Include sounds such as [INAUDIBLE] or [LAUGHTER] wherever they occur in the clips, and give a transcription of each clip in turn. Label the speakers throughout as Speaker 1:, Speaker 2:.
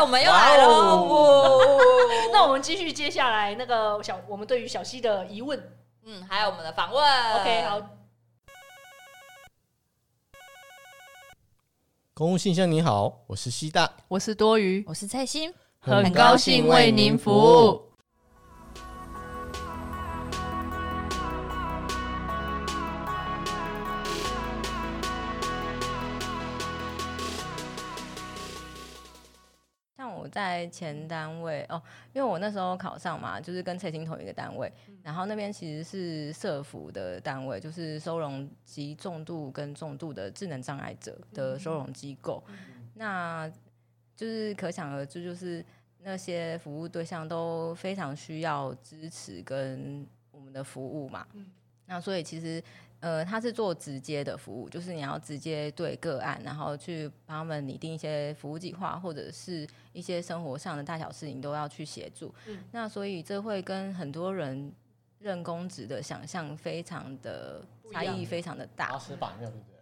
Speaker 1: 我们又来
Speaker 2: 哇
Speaker 3: 哦
Speaker 1: 喽。
Speaker 3: [LAUGHS] 那我们继续接下来那个小我们对于小溪的疑问。
Speaker 1: [LAUGHS] 嗯，还有我们的访问。
Speaker 3: OK，好，
Speaker 2: 公务信箱，你好，我是西大，
Speaker 4: 我是多余，
Speaker 1: 我是蔡欣。
Speaker 4: 很高兴为您服务。。
Speaker 5: 像我在前单位哦，因为我那时候考上嘛，就是跟蔡琴同一个单位，
Speaker 3: 嗯
Speaker 5: 然后那边其实是社服的单位，就是收容及重度跟重度的智能障碍者
Speaker 3: 嗯
Speaker 5: 的收容机构。那就是可想而知，就是那些服务对象都非常需要支持跟我们的服务嘛。
Speaker 3: 嗯
Speaker 5: 那所以其实呃，他是做直接的服务，就是你要直接对个案，然后去帮他们拟定一些服务计划，或者是一些生活上的大小事情都要去协助。
Speaker 3: 嗯
Speaker 5: 那所以这会跟很多人任公职的想象非常的
Speaker 3: 不一
Speaker 5: 差
Speaker 3: 样
Speaker 5: 异非常的大
Speaker 2: 打。死把面对不对？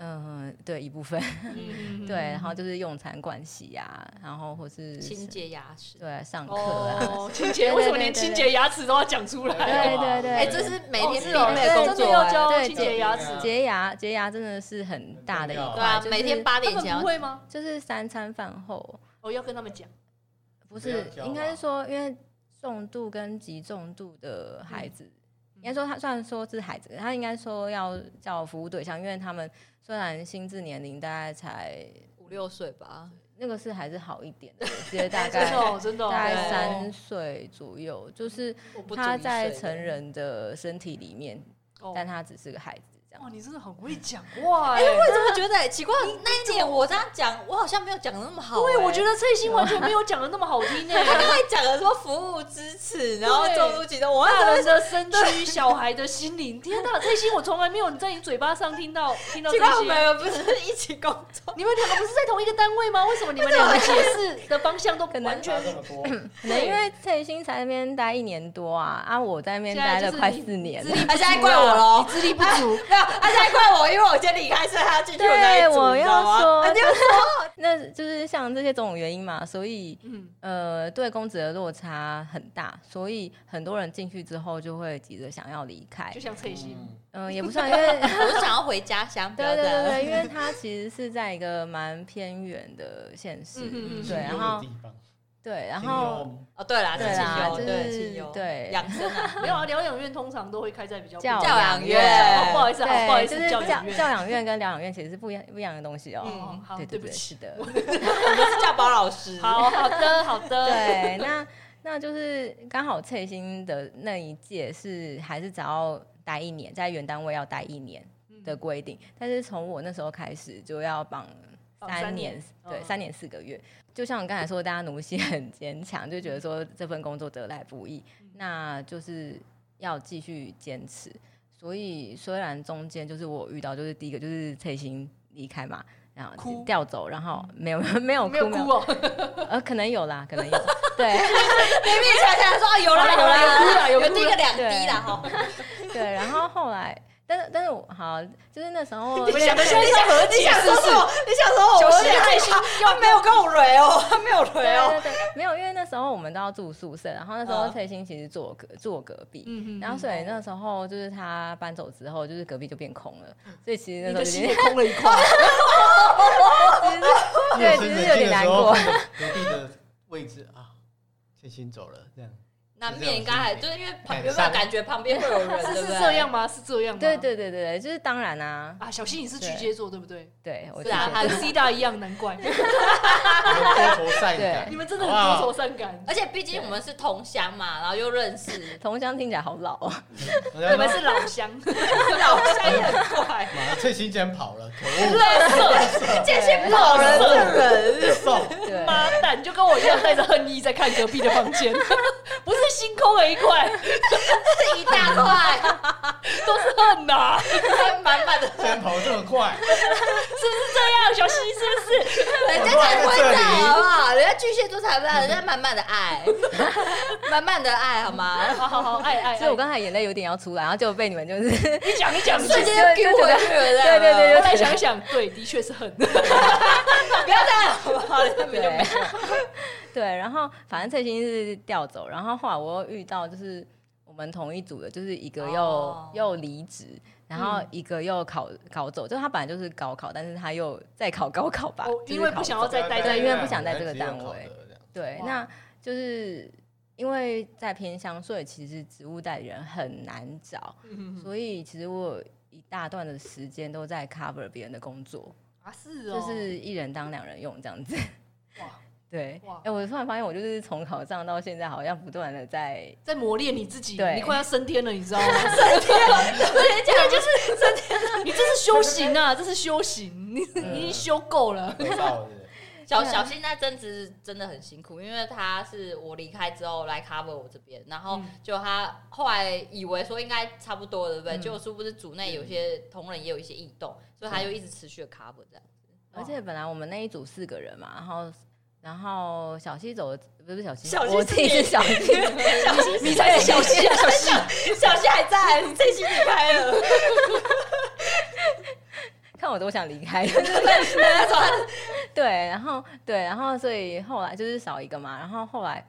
Speaker 5: 嗯、对一部分，
Speaker 3: 嗯
Speaker 5: 对，然后就是用餐惯习
Speaker 1: 啊
Speaker 5: 呀，然后或是
Speaker 1: 清洁牙齿。
Speaker 5: 对上课啊。
Speaker 3: 哦，清洁为什么连清洁牙齿都要讲出
Speaker 5: 对
Speaker 3: 来？
Speaker 5: 对
Speaker 1: [LAUGHS]
Speaker 5: 对，
Speaker 1: 哎，这是每天必
Speaker 3: 哦
Speaker 1: 备的工
Speaker 3: 真的
Speaker 1: 作。
Speaker 3: 要教
Speaker 1: 哎
Speaker 5: 对
Speaker 3: 清洁牙齿，
Speaker 5: 洁牙，洁牙真的是很大的一块，
Speaker 1: 对啊，
Speaker 5: 就是
Speaker 1: 每天八
Speaker 3: 他
Speaker 1: 点
Speaker 3: 们
Speaker 1: 前要
Speaker 3: 不会吗？
Speaker 5: 就是三餐饭后，
Speaker 3: 我要跟他们讲，
Speaker 5: 不
Speaker 2: 不要
Speaker 5: 是
Speaker 2: 教
Speaker 5: 应该
Speaker 2: 啊
Speaker 5: 是说，因为重度跟极重度的孩
Speaker 1: 嗯
Speaker 5: 子，应该说他虽然说是孩子，他应该说要叫服务对象，因为他们虽然心智年龄大概才
Speaker 1: 五六岁 [LAUGHS] 吧。
Speaker 5: 那个是还是好一点的，我觉得大
Speaker 1: [LAUGHS]
Speaker 3: 真的
Speaker 5: 概。
Speaker 3: 哦真的哦
Speaker 5: 大概
Speaker 1: 对
Speaker 5: 三岁左右，就是
Speaker 1: 我不
Speaker 5: 他
Speaker 1: 足一
Speaker 5: 在
Speaker 1: 岁
Speaker 5: 成人的身体里面，
Speaker 3: 哦
Speaker 5: 但他只是个孩子这样。
Speaker 3: 哇，你真的很会讲话哎！
Speaker 1: 我怎么觉得欸奇怪？那一年我这样讲，我好像没有讲的那么好欸。
Speaker 3: 对，我觉得蔡心完全没有讲的那么好听哎。
Speaker 1: [LAUGHS] 他 [LAUGHS] 刚才讲了说服务支持，然后
Speaker 3: 对
Speaker 1: 重度启动，我那时
Speaker 3: 大
Speaker 1: 候
Speaker 3: 人的身躯，小孩的心灵。天哪，这些我从来没有在你嘴巴上听到听到这
Speaker 1: 结果我
Speaker 3: 些。
Speaker 1: 们不 [LAUGHS] 是一起工作，
Speaker 3: 你们两个不是在同一个单位吗？为什么你们两个解释的方向都
Speaker 5: 可能 [LAUGHS]
Speaker 3: 完全
Speaker 2: 差这么多，
Speaker 5: 可能因为蔡欣在那边待一年多啊，啊，我在那边待了快四年了。
Speaker 1: 他现在怪我喽， [LAUGHS]
Speaker 3: 智力不足？
Speaker 1: 没有，他现在怪我，因为我先离开，所以他要进去那一
Speaker 5: 对，
Speaker 1: 组，
Speaker 5: 我
Speaker 1: 你知
Speaker 5: 要
Speaker 1: 道 [LAUGHS] 吗？
Speaker 5: 说，
Speaker 1: 啊
Speaker 5: 就是 [LAUGHS] 那就是像这些种种原因嘛，所以
Speaker 3: [LAUGHS] 嗯，
Speaker 5: 呃，对公职的落差很大，所以很多人进去之后就会急着想要离开
Speaker 3: 就。像蔡心，
Speaker 5: 嗯、也不算，因为
Speaker 1: 我就想要回家乡，不要
Speaker 5: 对对
Speaker 1: 这
Speaker 5: 对
Speaker 1: 样。
Speaker 5: 对，因为它其实是在一个蛮偏远的县市，
Speaker 3: 嗯嗯嗯
Speaker 5: 对，然后对，然后
Speaker 1: 哦，对啦，是
Speaker 5: 对
Speaker 1: 清
Speaker 5: 啦，
Speaker 1: 幽，
Speaker 5: 就
Speaker 1: 对清
Speaker 5: 是
Speaker 1: 幽，
Speaker 5: 对，
Speaker 1: 养生啊，
Speaker 3: 没有啊，疗养院通常都会开在比较
Speaker 5: 教
Speaker 3: 哦
Speaker 1: 教养
Speaker 5: 院
Speaker 3: 不好意思，哦好不好意
Speaker 5: 对，就
Speaker 3: 思，
Speaker 5: 是
Speaker 3: 教
Speaker 5: 教
Speaker 3: 养院。
Speaker 5: 教养院跟疗养院其实是不一样不一样的东西哦。
Speaker 3: 嗯，好，
Speaker 5: 对
Speaker 3: 对
Speaker 5: 对
Speaker 3: 不
Speaker 5: 对，
Speaker 3: 起。
Speaker 5: 是的。
Speaker 1: 我们是教保老师。
Speaker 3: 好好的，好的。
Speaker 5: 对，那那就是刚好翠心的那一届是还是只要待一年，在原单位要待一年
Speaker 3: 嗯
Speaker 5: 的规定，但是从我那时候开始就要绑
Speaker 3: 绑
Speaker 5: 三
Speaker 3: 三
Speaker 5: 年，
Speaker 3: 年
Speaker 5: 对，
Speaker 3: 嗯
Speaker 5: 三年四个月。就像我刚才说，大家奴性很坚强，就觉得说这份工作得来不易，那就是要继续坚持。所以虽然中间就是我遇到，就是第一个就是翠心离开嘛。然
Speaker 3: 哭
Speaker 5: 后调走，然后没有 [LAUGHS] 没有哭，
Speaker 3: 没有哭哦，
Speaker 5: 呃，可能有啦，可能有， [LAUGHS] 对，
Speaker 1: 明明想想说，哦有啦
Speaker 3: 好啦
Speaker 1: 有啦
Speaker 3: 有哭啦有
Speaker 1: 有
Speaker 3: 哭
Speaker 1: 滴个两
Speaker 5: 对
Speaker 1: 滴啦哈。
Speaker 5: 对，然后后来，但是但是我好，就是那时候
Speaker 3: 你想的现在是和解，
Speaker 1: 你想
Speaker 3: 是
Speaker 1: 说
Speaker 3: 不
Speaker 1: 什
Speaker 3: 是？
Speaker 1: 么？你想说我
Speaker 3: 小
Speaker 1: 有
Speaker 3: 溪
Speaker 1: 点害
Speaker 3: 蔡
Speaker 1: 羞
Speaker 3: 心，要
Speaker 1: 他没有跟我雷哦，他没有雷哦。
Speaker 5: 对对对，没有，因为那时候我们都要住宿舍，然后那时候
Speaker 1: 嗯
Speaker 5: 翠欣其实住我隔住我隔壁。
Speaker 3: 嗯
Speaker 5: 然后，所以那时候就是他搬走之后，就是隔壁就变空了，所以其实
Speaker 3: 嗯
Speaker 5: 那
Speaker 3: 你
Speaker 5: 时候
Speaker 3: 的心也
Speaker 5: 有点，
Speaker 3: 空了一块。
Speaker 5: [LAUGHS]
Speaker 3: [LAUGHS]
Speaker 5: 对，其实有点难 [LAUGHS] 过。。
Speaker 2: 隔壁的位置啊，先行走了，这样
Speaker 1: 难免应该还就是因为旁
Speaker 2: 感
Speaker 1: 有没有
Speaker 2: 伤
Speaker 1: 感觉旁边会有人，
Speaker 3: 是
Speaker 1: 对
Speaker 3: 是
Speaker 1: 不对？
Speaker 3: 这样吗？是这样吗？
Speaker 5: 对对对对对，就是当然啊，
Speaker 3: 啊，小溪你是巨蟹座对不对？
Speaker 5: 对，我
Speaker 1: 是
Speaker 5: 就
Speaker 1: 啊
Speaker 5: 觉
Speaker 1: 他
Speaker 5: 得
Speaker 3: 跟 C 大一样，难怪
Speaker 2: 多愁善
Speaker 5: 感，
Speaker 2: 感。
Speaker 3: 你们真的很多愁善感。
Speaker 1: 而且毕竟我们是同乡嘛，然后又认识
Speaker 5: 同乡听起来好老哦。
Speaker 3: 你们是老乡， [LAUGHS]
Speaker 1: 老乡也很怪，
Speaker 2: 妈，翠欣竟然跑了，可恶！ [LAUGHS]
Speaker 3: 乐色
Speaker 1: 这些跑人的人，
Speaker 5: 对，
Speaker 3: 妈蛋，就跟我一样带着恨意在看隔壁的房 [LAUGHS] 间，不是星空的一块，
Speaker 1: 这一大块，
Speaker 3: 都是恨呐、
Speaker 1: 满满的，
Speaker 2: 竟然跑得这么快，
Speaker 3: 这样小溪是不是？
Speaker 1: 人家才不会在好不好？人家巨蟹座才不在，人家满满的爱，满满的爱好吗？
Speaker 3: 好好好，爱爱，
Speaker 5: 所以我刚才眼泪有点要出来，然后就被你们就是，
Speaker 3: 你讲一讲，
Speaker 1: 瞬间就丢回去了，
Speaker 5: 对对对
Speaker 3: 后来想一想，对，的确是恨。
Speaker 1: 不要这样好不好？根本就没
Speaker 5: 对， [LAUGHS] 对，然后反正翠心是调走，然后后来我又遇到就是我们同一组的，就是一个又、
Speaker 1: 哦
Speaker 5: 又离职，然后
Speaker 3: 嗯
Speaker 5: 一个又考考走，就他本来就是高考，但是他又再考高考吧，
Speaker 3: 哦
Speaker 5: 就是
Speaker 3: 因为不
Speaker 5: 考
Speaker 3: 想要
Speaker 5: 走
Speaker 3: 再待在
Speaker 5: 对因为不想在这个
Speaker 2: 啊本来
Speaker 5: 单
Speaker 2: 只有考
Speaker 5: 位
Speaker 2: 的这样
Speaker 5: 对，
Speaker 3: 哇
Speaker 5: 那就是因为在偏乡，所以其实职务代理人很难找，
Speaker 3: 嗯
Speaker 5: 所以其实我有一大段的时间都在 cover 别人的工作，
Speaker 3: 啊，是哦，
Speaker 5: 就是一人当两人用这样子。
Speaker 3: 哇
Speaker 5: [LAUGHS] 对，
Speaker 3: 哇
Speaker 5: 哎、我突然发现我就是从考上到现在，好像不断的在
Speaker 3: 在磨练你自己，
Speaker 5: 对
Speaker 3: 你快要升天了，你知道吗？升天，对，这就是升天，你这是修行啊，这是修行，你
Speaker 2: 嗯
Speaker 3: 你已经修够了。
Speaker 2: 回到对不对
Speaker 1: 小小新那阵子真的很辛苦，因为他是我离开之后来 cover 我这边，然后
Speaker 3: 嗯
Speaker 1: 就他后来以为说应该差不多了，对不对？
Speaker 5: 嗯
Speaker 1: 结果殊不知组内有些同仁也有一些异动，所以他就一直持续的 cover 这样。
Speaker 5: 而且本来我们那一组四个人嘛，然后然后小西走的不是小西，
Speaker 1: 小西
Speaker 5: 我
Speaker 1: 是
Speaker 5: 自己是小西， [LAUGHS]
Speaker 3: 你才是小西啊，小西，
Speaker 1: 小新还在，你这心离开了，
Speaker 5: 看我多想离 [LAUGHS] 开。
Speaker 1: 他说他
Speaker 5: 对，然后对，然后所以后来就是少一个嘛，然后后来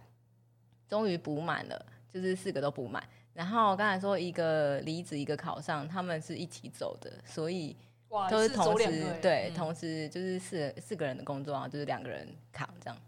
Speaker 5: 终于补满了，就是四个都补满。然后刚才说一个离职，一个考上，他们是一起走的，所以
Speaker 3: 哇，
Speaker 5: 都是
Speaker 3: 哦是走
Speaker 5: 同
Speaker 3: 两
Speaker 5: 时
Speaker 3: 个欸，
Speaker 5: 对
Speaker 1: 嗯，
Speaker 5: 同时就是四四个人的工作啊，就是两个人扛这样。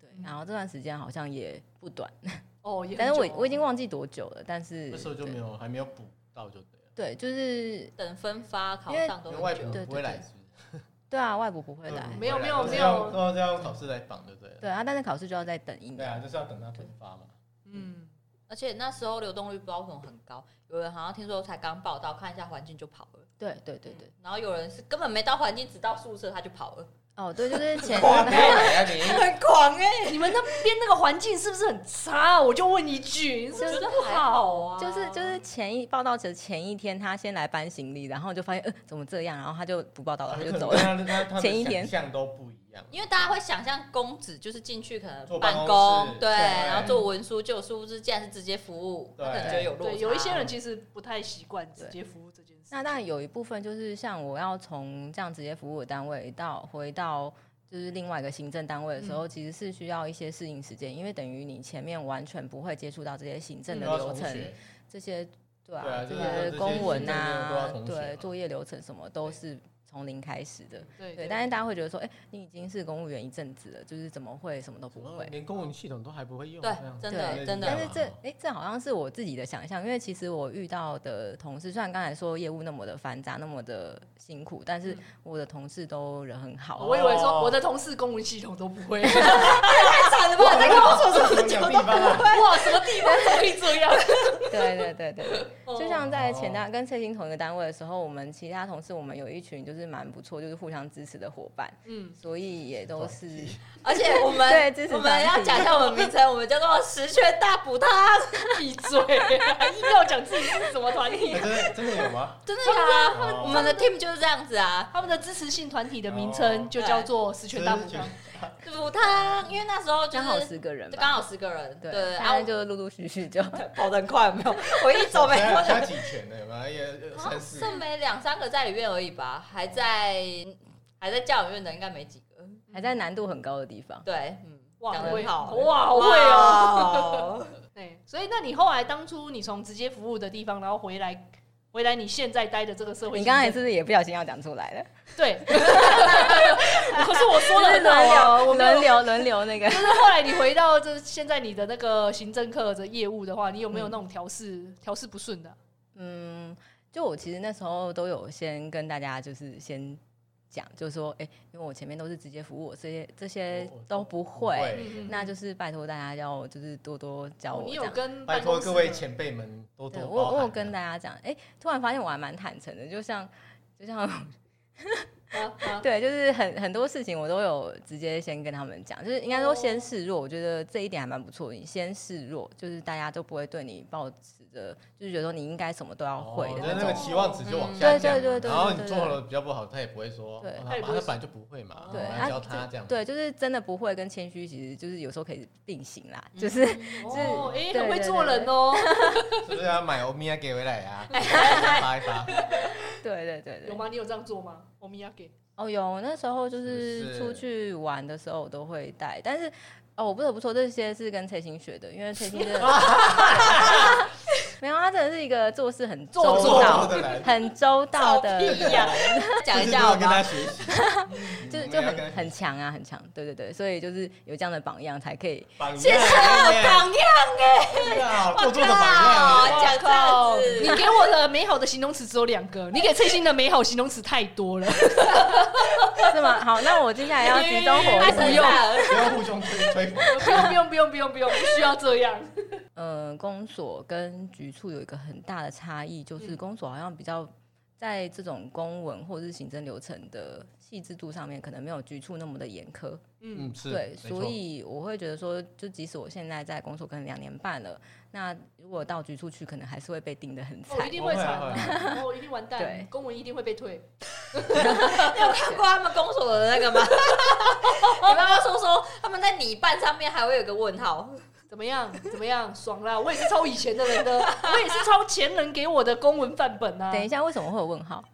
Speaker 5: 对，然后这段时间好像也不短，
Speaker 3: 嗯哦，也很
Speaker 5: 但是我
Speaker 3: 久哦
Speaker 5: 我已经忘记多久了，但是
Speaker 2: 那时候就
Speaker 5: 对
Speaker 2: 没有还没有补到就对了，
Speaker 5: 对，就是
Speaker 1: [LAUGHS] 等分发考
Speaker 5: 因为
Speaker 1: 上都
Speaker 2: 因
Speaker 1: 很
Speaker 2: 为外
Speaker 1: 久
Speaker 2: 婆。
Speaker 5: 对
Speaker 2: 不会
Speaker 5: 对
Speaker 2: 来
Speaker 5: 对
Speaker 2: 是不是，
Speaker 5: 对啊，外婆不会来，
Speaker 3: 没有没有
Speaker 2: 嗯都是
Speaker 3: 没
Speaker 2: 要
Speaker 3: 有
Speaker 2: 都是要考试来绑就对了。
Speaker 5: 对啊，但是考试就要再等一
Speaker 2: 对
Speaker 5: 年，
Speaker 2: 啊，就是要等他分发嘛。
Speaker 5: [LAUGHS]
Speaker 3: 嗯，
Speaker 1: 而且那时候流动率不知道为什么很高，有人好像听说才刚报到，看一下环境就跑了。嗯
Speaker 5: 对对对对，
Speaker 1: 然后有人是根本没到环境，只到宿舍他就跑了，
Speaker 5: 哦对，就是前
Speaker 2: 夸张啊你！
Speaker 1: 很狂哎、
Speaker 3: 你们那边那个环境是不是很差？我就问一句，是不
Speaker 1: 我
Speaker 3: 是
Speaker 1: 觉得
Speaker 3: 不
Speaker 1: 还
Speaker 3: 好啊？
Speaker 5: [LAUGHS] 就是就是前一报道者前一天，他先来搬行李，然后就发现呃怎么这样，然后他就不报道了，他就走了。
Speaker 2: 他的他他的
Speaker 5: 前一天
Speaker 2: 想象都不一样，
Speaker 1: 因为大家会想象公子就是进去可
Speaker 2: 坐
Speaker 1: 能
Speaker 2: 办
Speaker 1: 办
Speaker 2: 公室
Speaker 1: 公，对，
Speaker 2: 对
Speaker 1: 然后做文书，就有殊不知竟然是直接服务，
Speaker 2: 对
Speaker 1: 那可能就有 [LAUGHS] 落差。
Speaker 3: 对，有一些人其实不太习惯直接服务这件事。
Speaker 5: 那当然有一部分就是像我要从这样直接服务的单位到回到就是另外一个行政单位的时
Speaker 2: 嗯
Speaker 5: 候，其实是需要一些适应时间，因为等于你前面完全不会接触到这些行政
Speaker 2: 嗯
Speaker 5: 的
Speaker 2: 都要
Speaker 5: 流
Speaker 2: 重
Speaker 5: 程，
Speaker 2: 学
Speaker 5: 这些对啊，
Speaker 2: 对啊
Speaker 5: 这
Speaker 2: 就是这
Speaker 5: 些
Speaker 2: 些
Speaker 5: 公
Speaker 2: 行
Speaker 5: 文
Speaker 2: 政都要
Speaker 5: 啊
Speaker 2: 重，写嘛
Speaker 5: 对作业流程什么都是从零开始的。
Speaker 3: 对
Speaker 5: 对，但是大家会觉得说，哎、你已经是公务员一阵子了，就是怎么会什么都不会？
Speaker 2: 连公文系统都还不会用，
Speaker 1: 对
Speaker 2: 这样
Speaker 1: 真
Speaker 5: 的
Speaker 2: 对
Speaker 1: 真的
Speaker 5: 但是这
Speaker 2: 啊
Speaker 5: [LAUGHS] 哎、这好像是我自己的想象，因为其实我遇到的同事，虽然刚才说业务那么的繁杂，那么的辛苦，但是
Speaker 3: 嗯
Speaker 5: 我的同事都人很好。
Speaker 3: 哦我以为
Speaker 1: 哦
Speaker 3: 说我的同事公文系统都不
Speaker 5: [LAUGHS]
Speaker 3: 会， [LAUGHS]
Speaker 1: 惨了吧？在跟我说
Speaker 2: 这种地方啊，
Speaker 1: [LAUGHS]
Speaker 3: 哇，什么地方怎么可以这样？
Speaker 5: 对对对对对，就像在前
Speaker 2: 哦
Speaker 5: 单跟翠星同一个单位的时候，我们其他同事，我们有一群就是蛮不错，就是互相支持的伙伴，
Speaker 3: 嗯，
Speaker 5: 所以也都是
Speaker 1: 而且我们
Speaker 5: 对支持
Speaker 1: [LAUGHS] 我们要
Speaker 5: 团体
Speaker 1: 讲一下我们名称，我们叫做十全大补汤，
Speaker 3: 闭嘴，还硬要讲自己是什么团
Speaker 5: [LAUGHS]
Speaker 3: 体
Speaker 2: 哎。真的真的
Speaker 1: [LAUGHS]
Speaker 2: 有吗？
Speaker 1: 真的
Speaker 5: 啊
Speaker 1: 呀、
Speaker 2: 哦 [LAUGHS]
Speaker 1: 我们的 team 就是这样子啊，
Speaker 3: 他们的支持性团体的名称就叫做“十全大补汤
Speaker 1: 补汤，因为那时候就
Speaker 5: 刚好
Speaker 1: 是
Speaker 5: 十个人
Speaker 1: 就
Speaker 5: 吧。
Speaker 1: 刚好十个人，
Speaker 5: 对，
Speaker 1: 对，啊
Speaker 5: 大
Speaker 1: 然后
Speaker 5: 家就陆陆续续就
Speaker 1: 跑得很快，有没有，我
Speaker 5: [LAUGHS]
Speaker 1: 一
Speaker 2: [LAUGHS]
Speaker 1: 走没
Speaker 2: 现
Speaker 1: 多
Speaker 2: 在
Speaker 1: 久
Speaker 2: 现在。几拳呢？有没有也
Speaker 1: 好像
Speaker 2: 三四个
Speaker 1: 剩没两三个在里面而已吧，还在还在教养院的应该没几个。
Speaker 5: 还在难度很高的地方。
Speaker 1: 对，嗯，”，
Speaker 3: 哇，
Speaker 1: 讲
Speaker 3: 好
Speaker 1: 得
Speaker 3: 会
Speaker 1: 很好，
Speaker 3: 哇，好会哦。
Speaker 1: 哦。
Speaker 3: 对，所以那你后来当初你从直接服务的地方，然后回来，回来你现在待的这个社会，
Speaker 5: 你刚才是不是也不小心要讲出来了？
Speaker 3: 对， [LAUGHS] 可是我说的
Speaker 5: 就是
Speaker 3: 很好
Speaker 5: 轮
Speaker 3: 啊，我
Speaker 5: 流
Speaker 3: 没有
Speaker 5: 轮流轮流那个。
Speaker 3: 就是后来你回到这现在你的那个行政课的业务的话，你有没有那种调试调试不顺的？
Speaker 5: 嗯，就我其实那时候都有先跟大家就是先讲，就是说，哎、因为我前面都是直接服务，我这些这些
Speaker 2: 我
Speaker 5: 都不会，
Speaker 2: 哦
Speaker 5: 嗯
Speaker 2: 不会
Speaker 5: 那就是拜托大家要就是多多教
Speaker 3: 哦
Speaker 5: 我
Speaker 3: 你
Speaker 5: 这
Speaker 3: 有
Speaker 5: 样。
Speaker 3: 跟
Speaker 2: 拜
Speaker 3: 办
Speaker 2: 托
Speaker 3: 公室
Speaker 2: 各位
Speaker 3: 的
Speaker 2: 前辈们多多包
Speaker 5: 对
Speaker 2: 涵
Speaker 5: 我
Speaker 2: 啊
Speaker 5: 我有跟大家讲，哎、突然发现我还蛮坦诚的，就像就像 [LAUGHS]
Speaker 3: 啊啊
Speaker 5: 对，就是很很多事情我都有直接先跟他们讲，就是应该说
Speaker 2: 哦
Speaker 5: 先示弱，我觉得这一点还蛮不错。你先示弱，就是大家都不会对你抱持着，就是觉得说你应该什么都要会
Speaker 2: 哦
Speaker 5: 的
Speaker 2: 就是
Speaker 5: 那
Speaker 2: 那个
Speaker 5: 种。
Speaker 2: 期望值就往下降嘛
Speaker 5: 嗯对对对对对
Speaker 2: 啊然后你
Speaker 5: 对对
Speaker 2: 做的比较不好，他也不会说，
Speaker 5: 对
Speaker 2: 哦
Speaker 3: 他也
Speaker 2: 他
Speaker 3: 不会哦
Speaker 2: 他本来就不会嘛，
Speaker 3: 说
Speaker 2: 我
Speaker 5: 对，
Speaker 2: 来
Speaker 5: 啊
Speaker 2: 教他这样，
Speaker 5: 对，就是真的不会跟谦虚，其实就是有时候可以并行啦，
Speaker 3: 嗯
Speaker 5: 就是 [LAUGHS]
Speaker 3: 哦，哎，
Speaker 5: 对
Speaker 3: 很会
Speaker 5: 对
Speaker 3: 做
Speaker 5: 对
Speaker 3: 人
Speaker 5: [LAUGHS]
Speaker 3: 哦，
Speaker 2: 是不是要买欧米亚给回来啊？发一发，
Speaker 5: 对对对对
Speaker 3: 有。吗？你有这样做吗？我们要给
Speaker 5: 哦，有那时候就是
Speaker 2: 是
Speaker 5: 出去玩的时候我都会带，但是哦，我不得不说这些是跟崔星学的，因为崔星
Speaker 3: [LAUGHS]
Speaker 5: 真的没有，他真的是一个做事很
Speaker 3: 做
Speaker 5: 周
Speaker 3: 作
Speaker 5: 到、
Speaker 2: 的 [LAUGHS] 来，
Speaker 5: 很周到的，
Speaker 3: 屁呀！
Speaker 1: [LAUGHS] 讲一
Speaker 2: 这
Speaker 1: 下
Speaker 2: 都要
Speaker 1: 好
Speaker 2: 跟他
Speaker 1: 吗？
Speaker 2: 学习，
Speaker 5: [LAUGHS]
Speaker 2: 嗯
Speaker 5: 就就很很强啊，很强，对对对，所以就是有这样的榜样才可以。
Speaker 2: 很
Speaker 1: 谢谢我榜样哎，
Speaker 2: 样，
Speaker 1: 我
Speaker 2: 啊做作的榜哦样，
Speaker 1: 靠，讲这样
Speaker 3: 你
Speaker 1: 子，
Speaker 3: 给我的美好的形容词只有两个，你给翠心的美好形容词太多了。 [LAUGHS]
Speaker 5: [LAUGHS] 是吗？好，那我接下来要集中火
Speaker 1: 他身
Speaker 5: 力。
Speaker 1: 上
Speaker 2: 不要互相推推。
Speaker 5: [LAUGHS]
Speaker 3: 不用不用不用不用不用，不需要这样。
Speaker 5: 呃，公所跟局处有一个很大的差异，就是公所好像比较在这种公文或是行政流程的细致度上面，可能没有局处那么的严苛。
Speaker 2: 嗯，是，
Speaker 5: 对，
Speaker 2: 没
Speaker 5: 所
Speaker 2: 错
Speaker 5: 以我会觉得说，就即使我现在在公所可能两年半了，那如果到局处去，可能还是会被盯得很
Speaker 3: 我
Speaker 5: 惨
Speaker 3: 一。定会惨
Speaker 2: 会
Speaker 3: 的，我一定完蛋
Speaker 5: 对，
Speaker 3: 公文一定会被退。 [LAUGHS]
Speaker 1: 你有看过他们公所的那个吗？你妈妈说说，他们在你办上面还会有个问号，
Speaker 3: 怎么样？怎么样？爽啦！我也是抄以前的人的，我也是抄前人给我的公文范本啊。
Speaker 5: 等一下，为什么会有问号？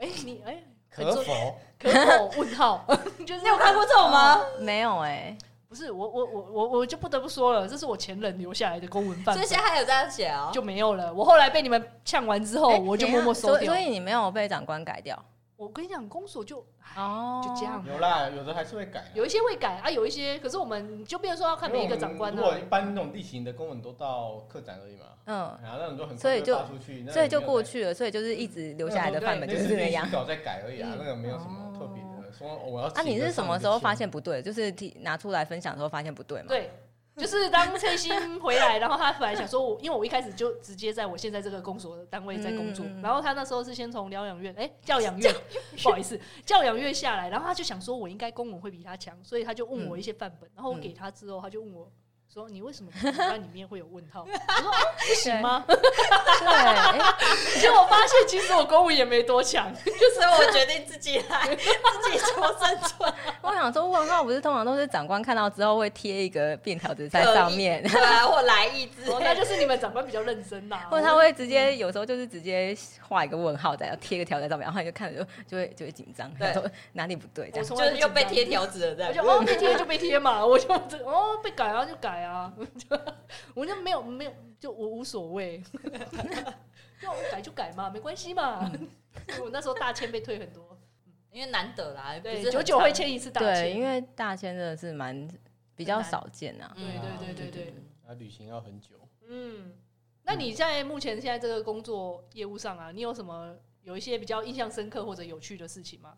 Speaker 3: 哎，你哎，
Speaker 2: 可
Speaker 5: [LAUGHS]
Speaker 2: 否？
Speaker 3: 可否问号？ [LAUGHS] 就是
Speaker 1: 你有看过这种吗？
Speaker 2: 哦
Speaker 5: 没有哎、
Speaker 3: 不是我我我我我就不得不说了，这是我前人留下来的公文范
Speaker 1: 所以现
Speaker 3: 本，
Speaker 1: 在还有这样写
Speaker 3: [LAUGHS]
Speaker 1: 哦。
Speaker 3: 就没有了。我后来被你们呛完之后，
Speaker 5: 欸
Speaker 3: 我就
Speaker 5: 等一下
Speaker 3: 默默收
Speaker 5: 所以
Speaker 3: 掉
Speaker 5: 所。以你没有被长官改掉
Speaker 3: 我跟你讲，公所就哎
Speaker 5: 哦
Speaker 3: 就这样。
Speaker 2: 有啦，有的还是会改啊。
Speaker 3: 有一些会改啊，有一些，可是我们就变成说要看每一个长官啊
Speaker 2: 因为我们
Speaker 3: 了
Speaker 2: 如果。一般那种例行的公文都到科展而已嘛，
Speaker 5: 嗯，
Speaker 2: 然后那种就很
Speaker 5: 所以就
Speaker 2: 快发出去，那
Speaker 5: 所以
Speaker 2: 也没有
Speaker 5: 就过
Speaker 2: 在
Speaker 5: 去了，所以就是一直留下来的范
Speaker 2: 嗯
Speaker 5: 本就是这个样
Speaker 2: 那。稿在改而已啊
Speaker 3: 嗯，
Speaker 2: 那个没有什么特别的。说我要
Speaker 5: 啊，你是什么时候发
Speaker 2: 请
Speaker 5: 现不对？就是提拿出来分享的时候发现不对嘛？
Speaker 3: 对，就是当翠心回来，然后他本来想说我，因为我一开始就直接在我现在这个公所的单位在工作，
Speaker 5: 嗯嗯嗯
Speaker 3: 然后他那时候是先从疗养院，哎、教养院，不好意思，教养院下来，然后他就想说我应该公文会比他强，所以他就问
Speaker 5: 嗯
Speaker 3: 我一些范本，然后我给他之后，他就问我。说你为什么你班里面会有问号？ [LAUGHS] 我说、啊、不行吗？
Speaker 5: 对，哎
Speaker 3: 结果发现其实我公文也没多强，
Speaker 1: 所以我决定自己来，自己求生存。
Speaker 5: 我想说问号不是通常都是长官看到之后会贴一个便条纸在上
Speaker 1: [LAUGHS]
Speaker 5: 面，
Speaker 1: 对啊，或来意之
Speaker 3: 哦
Speaker 1: 类
Speaker 3: 那
Speaker 1: 的。
Speaker 3: 就是你们长官比较认真啦。
Speaker 5: [LAUGHS] 或者他会直接有时候就是直接画一个问号在，然后贴个条在上面，然后你就看着就就会就会紧张，
Speaker 1: 对
Speaker 5: 然后哪里不对这
Speaker 3: 我
Speaker 5: 样。
Speaker 3: 从
Speaker 1: [LAUGHS] 就
Speaker 3: 来
Speaker 1: 是
Speaker 3: 不
Speaker 1: 又
Speaker 3: 紧
Speaker 1: 被
Speaker 3: 张
Speaker 1: 贴条子了，这
Speaker 3: 我就
Speaker 1: 样。
Speaker 3: 哦被贴就被贴嘛，我就这哦被改啊就改啊，就我就没有没有就我无所谓，就我改就改嘛，没关系嘛。
Speaker 5: 嗯
Speaker 3: 所以 [LAUGHS] 我那时候大签被退很多，
Speaker 1: 因为难得啦，
Speaker 3: 对
Speaker 1: 不，是
Speaker 3: 久
Speaker 1: 很
Speaker 3: 久
Speaker 1: 常
Speaker 3: 会签一次大
Speaker 5: 对，
Speaker 3: 签，
Speaker 5: 因为大千真的是蛮比较少见啊。
Speaker 1: 嗯
Speaker 3: 对对对对对，
Speaker 2: 啊，旅行要很久。
Speaker 3: 嗯。那你在目前现在这个工作业务上啊，你有什么有一些比较印象深刻或者有趣的事情吗？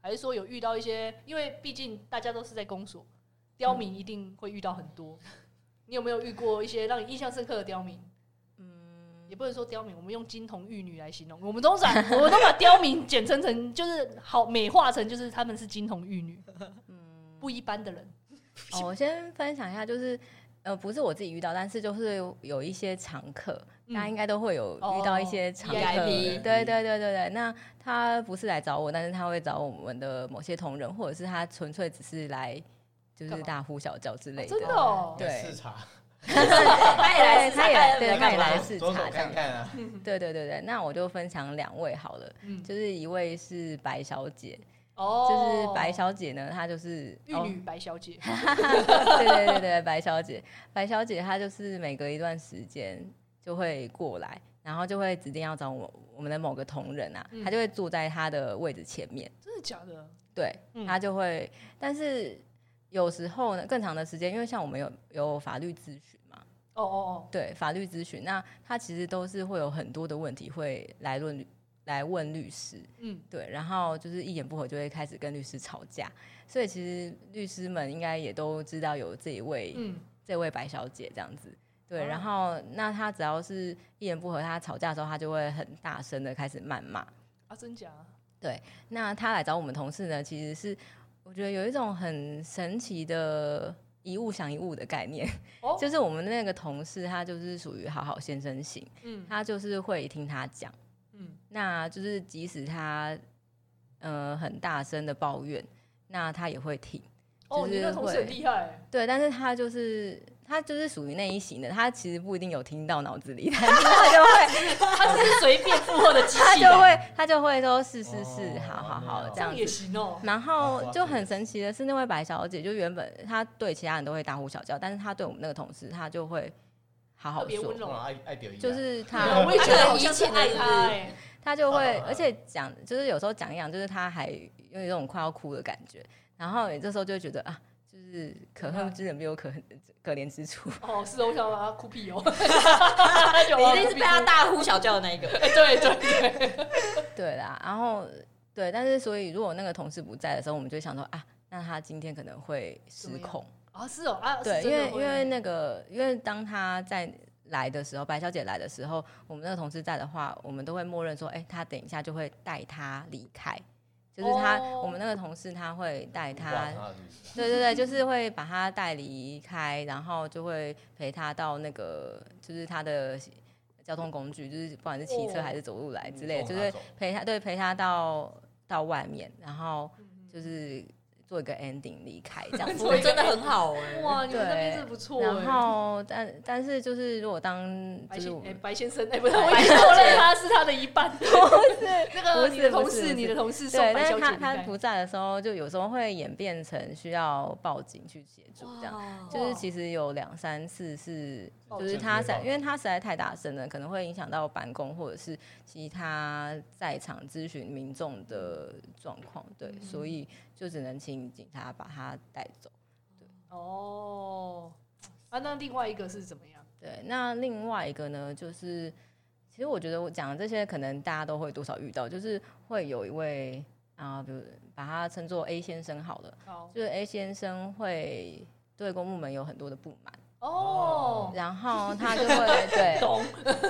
Speaker 3: 还是说有遇到一些，因为毕竟大家都是在公所，刁民一定会遇到很多。你有没有遇过一些让你印象深刻的刁民？
Speaker 5: 嗯
Speaker 3: 也不能说刁民，我们用金童玉女来形容。我们都把我们都把刁民简称成就是好美化成就是他们是金童玉女，
Speaker 5: 嗯
Speaker 3: 不一般的人。
Speaker 5: 哦，我先分享一下，就是呃，不是我自己遇到，但是就是有一些常客，
Speaker 3: 嗯
Speaker 5: 大家应该都会有
Speaker 3: 哦
Speaker 5: 遇到一些
Speaker 2: ，E
Speaker 5: 常客。
Speaker 1: VIP
Speaker 5: 对对对对对，那他不是来找我，但是他会找我们的某些同仁，或者是他纯粹只是来就
Speaker 3: 干
Speaker 5: 是
Speaker 3: 嘛
Speaker 5: 大呼小叫之类的。
Speaker 3: 真的哦，
Speaker 5: 对
Speaker 2: 视察，
Speaker 1: 哦他也来
Speaker 5: 对，
Speaker 1: 试
Speaker 5: 他
Speaker 1: 试看
Speaker 5: 也对，他也来视
Speaker 2: 左
Speaker 5: 察
Speaker 2: 手
Speaker 5: 这样
Speaker 2: 看。看啊，
Speaker 5: 对对对对，那我就分享两位好了，
Speaker 3: 嗯
Speaker 5: 就是一位是白小姐，
Speaker 3: 哦，
Speaker 5: 就是白小姐呢，她就是
Speaker 3: 玉
Speaker 5: 哦
Speaker 3: 女白小姐，
Speaker 5: 对对对对，白小姐，白小姐她就是每隔一段时间就会过来，然后就会指定要找我我们的某个同仁啊，
Speaker 3: 嗯
Speaker 5: 她就会坐在她的位置前面，
Speaker 3: [LAUGHS] 真的假的？
Speaker 5: 对，
Speaker 3: 嗯
Speaker 5: 她就会，但是有时候呢，更长的时间，因为像我们有有法律咨询嘛，
Speaker 3: 哦哦
Speaker 5: 对，法律咨询，那她其实都是会有很多的问题会来论律来问律师，
Speaker 3: 哦，嗯，
Speaker 5: 对，然后就是一言不合就会开始跟律师吵架，所以其实律师们应该也都知道有这一位
Speaker 3: 嗯，
Speaker 5: 这位白小姐这样子。对，
Speaker 3: 哦
Speaker 5: 然后那她只要是一言不合，她吵架的时候，她就会很大声的开始谩骂。
Speaker 3: 啊，真假？
Speaker 5: 那她来找我们同事呢，其实是我觉得有一种很神奇的一物降一物的概念，
Speaker 3: 哦
Speaker 5: 就是我们那个同事他就是属于好好先生型，
Speaker 3: 嗯
Speaker 5: 他就是会听他讲，
Speaker 3: 嗯，
Speaker 5: 那就是即使他呃很大声的抱怨，那他也会听。
Speaker 3: 哦，
Speaker 5: 就是
Speaker 3: 你那同事很
Speaker 5: 会
Speaker 3: 厉害，欸
Speaker 5: 对，但是他就是他就是属于那一型的，他其实不一定有听到脑子里，但是 [LAUGHS] 他就会
Speaker 3: 他只是随便附和的机
Speaker 5: 他
Speaker 3: 器
Speaker 5: 就
Speaker 3: 人，
Speaker 5: 会他就会说是是是，
Speaker 2: 哦
Speaker 5: 好好好
Speaker 2: 这
Speaker 5: 这
Speaker 3: 这
Speaker 5: 样
Speaker 3: 样也
Speaker 5: 子。
Speaker 3: 行哦。
Speaker 5: 然后就很神奇的是，那位白小姐就原本她对其他人都会大呼小叫，但是她对我们那个同事，她就会好
Speaker 3: 特
Speaker 5: 好
Speaker 3: 别
Speaker 5: 说
Speaker 3: 温，柔
Speaker 2: 哇爱爱表演，
Speaker 5: 就是她 [LAUGHS]
Speaker 3: 对我也觉得好像是爱
Speaker 1: 他可能移情
Speaker 3: 他
Speaker 1: 了
Speaker 3: 哎，
Speaker 5: 他就会，
Speaker 2: 啊
Speaker 5: 而且讲就是有时候讲一讲，就是他还有一种快要哭的感觉，然后你这时候就会觉得啊，就是可恨之人必有可恨可怜之 [LAUGHS] 处。
Speaker 3: 哦，是哦，我想把他哭屁
Speaker 5: [LAUGHS]
Speaker 3: 哦，
Speaker 1: 你
Speaker 3: 你
Speaker 1: 一定是被他大呼小叫的那一个。
Speaker 3: [LAUGHS] 对对
Speaker 5: [LAUGHS]
Speaker 3: 对，
Speaker 5: 对啦，然后对，但是所以如果那个同事不在的时候，我们就会想说啊，那他今天可能会失
Speaker 3: 怎么样
Speaker 5: 控。
Speaker 3: 啊是哦啊，
Speaker 5: 对，
Speaker 3: 是真
Speaker 5: 因
Speaker 3: 的
Speaker 5: 为
Speaker 3: 会
Speaker 5: 因为那个，因为当他在来的时候，白小姐来的时候，我们那个同事在的话，我们都会默认说，哎、她等一下就会带她离开，就是她，
Speaker 3: 哦
Speaker 5: 我们那个同事他会带
Speaker 2: 哇
Speaker 5: 她，
Speaker 2: 他是不是
Speaker 5: 对对对，就是会把她带离开，然后就会陪她到那个，就是她的交通工具，就是不管是骑车
Speaker 3: 哦
Speaker 5: 还是走路
Speaker 3: 嗯
Speaker 5: 来之类的，
Speaker 2: 送
Speaker 5: 就
Speaker 2: 他
Speaker 5: 是
Speaker 2: 走
Speaker 5: 陪她，对，陪她到到外面，然后
Speaker 3: 嗯
Speaker 5: 就是做一个 ending 离开这样
Speaker 3: [LAUGHS]
Speaker 5: 子。
Speaker 1: 服务真的很好 [LAUGHS] 哎、
Speaker 3: 哇，你们那边
Speaker 5: 对
Speaker 3: 是不错哎，
Speaker 5: 然后，但但是就是，如果当
Speaker 3: 白
Speaker 5: 就是我
Speaker 3: 先哎
Speaker 5: 们
Speaker 3: 白先生哎，不是我已经错认他是他的一
Speaker 5: [LAUGHS]
Speaker 3: 半， [LAUGHS] 那个
Speaker 5: 不
Speaker 3: 你的
Speaker 5: 是
Speaker 3: 同
Speaker 5: 不是不
Speaker 3: 事，
Speaker 5: 是
Speaker 3: 你的同事送
Speaker 5: 对，
Speaker 3: 白
Speaker 5: 但
Speaker 3: 小姐
Speaker 5: 是他
Speaker 3: 离
Speaker 5: 他
Speaker 3: 开
Speaker 5: 不在的时候，就有时候会演变成需要报警去协助这样。
Speaker 1: 哇 [LAUGHS]
Speaker 5: 就是其实有两三次是，
Speaker 3: 哦
Speaker 5: 就是他实在，因为他实在太大声了，可能会影响到办公或者是其他在场咨询民众的状况，对，
Speaker 3: 嗯
Speaker 5: 所以就只能请警察把他带走。
Speaker 3: 哦，啊，那另外一个是怎么样？
Speaker 5: 对，那另外一个呢，就是其实我觉得我讲的这些，可能大家都会多少遇到，就是会有一位啊、比如把他称作 A 先生好了，
Speaker 3: 好
Speaker 5: 就是 A 先生会对公部门有很多的不满，
Speaker 3: 哦，
Speaker 5: 然后他就会对
Speaker 3: 懂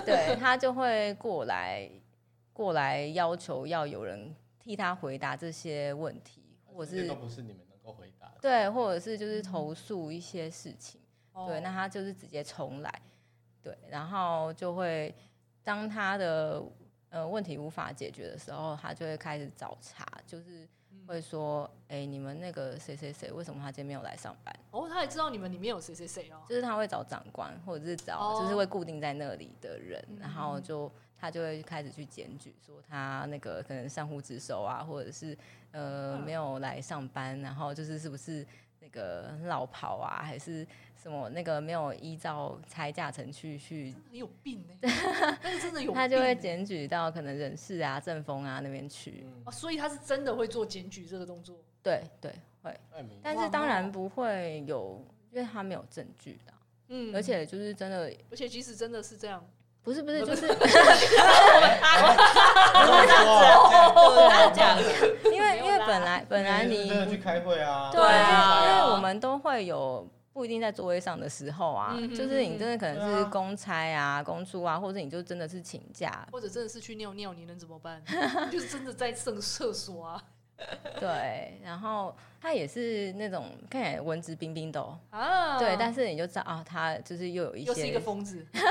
Speaker 5: 对，他就会过来过来要求要有人替他回答这些问题，或者
Speaker 2: 这些
Speaker 5: 是
Speaker 2: 都不是你们能够回答的。
Speaker 5: 对，或者是就是投诉一些事情。
Speaker 3: 哦
Speaker 5: 对，那他就是直接重来，对，然后就会当他的呃问题无法解决的时候，他就会开始找茬，就是
Speaker 3: 嗯
Speaker 5: 会说，哎、你们那个谁谁谁为什么他今天没有来上班？
Speaker 3: 哦，他也知道你们里面有谁谁谁哦，
Speaker 5: 就是他会找长官，或者是找就是
Speaker 3: 哦
Speaker 5: 会固定在那里的人，然后
Speaker 3: 嗯
Speaker 5: 就他就会开始去检举，说他那个可能善护职守啊，或者是呃
Speaker 3: 嗯
Speaker 5: 没有来上班，然后就是是不是那个落跑啊，还是什么那个没有依照差价程序去，
Speaker 3: 很有病
Speaker 5: [LAUGHS]
Speaker 3: 哎，但是真的有病欸，
Speaker 5: 他就会检举到可能人事啊、政风啊那边去。
Speaker 2: 嗯
Speaker 3: 哦，所以他是真的会做检举这个动作。
Speaker 5: 对对，会，
Speaker 2: 艾米
Speaker 5: 但
Speaker 3: 哇哦
Speaker 5: 是当然
Speaker 3: 那
Speaker 5: 不会有，因为他没有证据的啊，
Speaker 3: 嗯
Speaker 5: 而且就是真的。
Speaker 3: 而且，即使真的是这样，
Speaker 5: 不是不是，就是
Speaker 1: 啊哦，这样
Speaker 5: [LAUGHS] 因为因
Speaker 3: 没有
Speaker 5: 为
Speaker 3: 啦
Speaker 5: 本来本来你
Speaker 2: 真的去开会啊，
Speaker 5: 对
Speaker 1: 啊
Speaker 5: 因为我们都会有不一定在座位上的时候
Speaker 3: 嗯
Speaker 5: 啊，
Speaker 3: 哼嗯
Speaker 5: 就是你真的可能
Speaker 2: 对
Speaker 5: 是
Speaker 2: 啊
Speaker 5: 公差啊、公出啊，或者你就真的是请假，
Speaker 3: 或者真的是去尿尿，你能怎么
Speaker 5: [LAUGHS]
Speaker 3: 办？就是真的在上厕所啊
Speaker 5: 对。然后他也是那种看起来文质彬彬的、哦，
Speaker 3: 啊！
Speaker 5: 对，但是你就知道啊，他就是又有一
Speaker 3: 又是一个
Speaker 5: 些。
Speaker 3: 疯
Speaker 5: [LAUGHS]
Speaker 3: 子，不是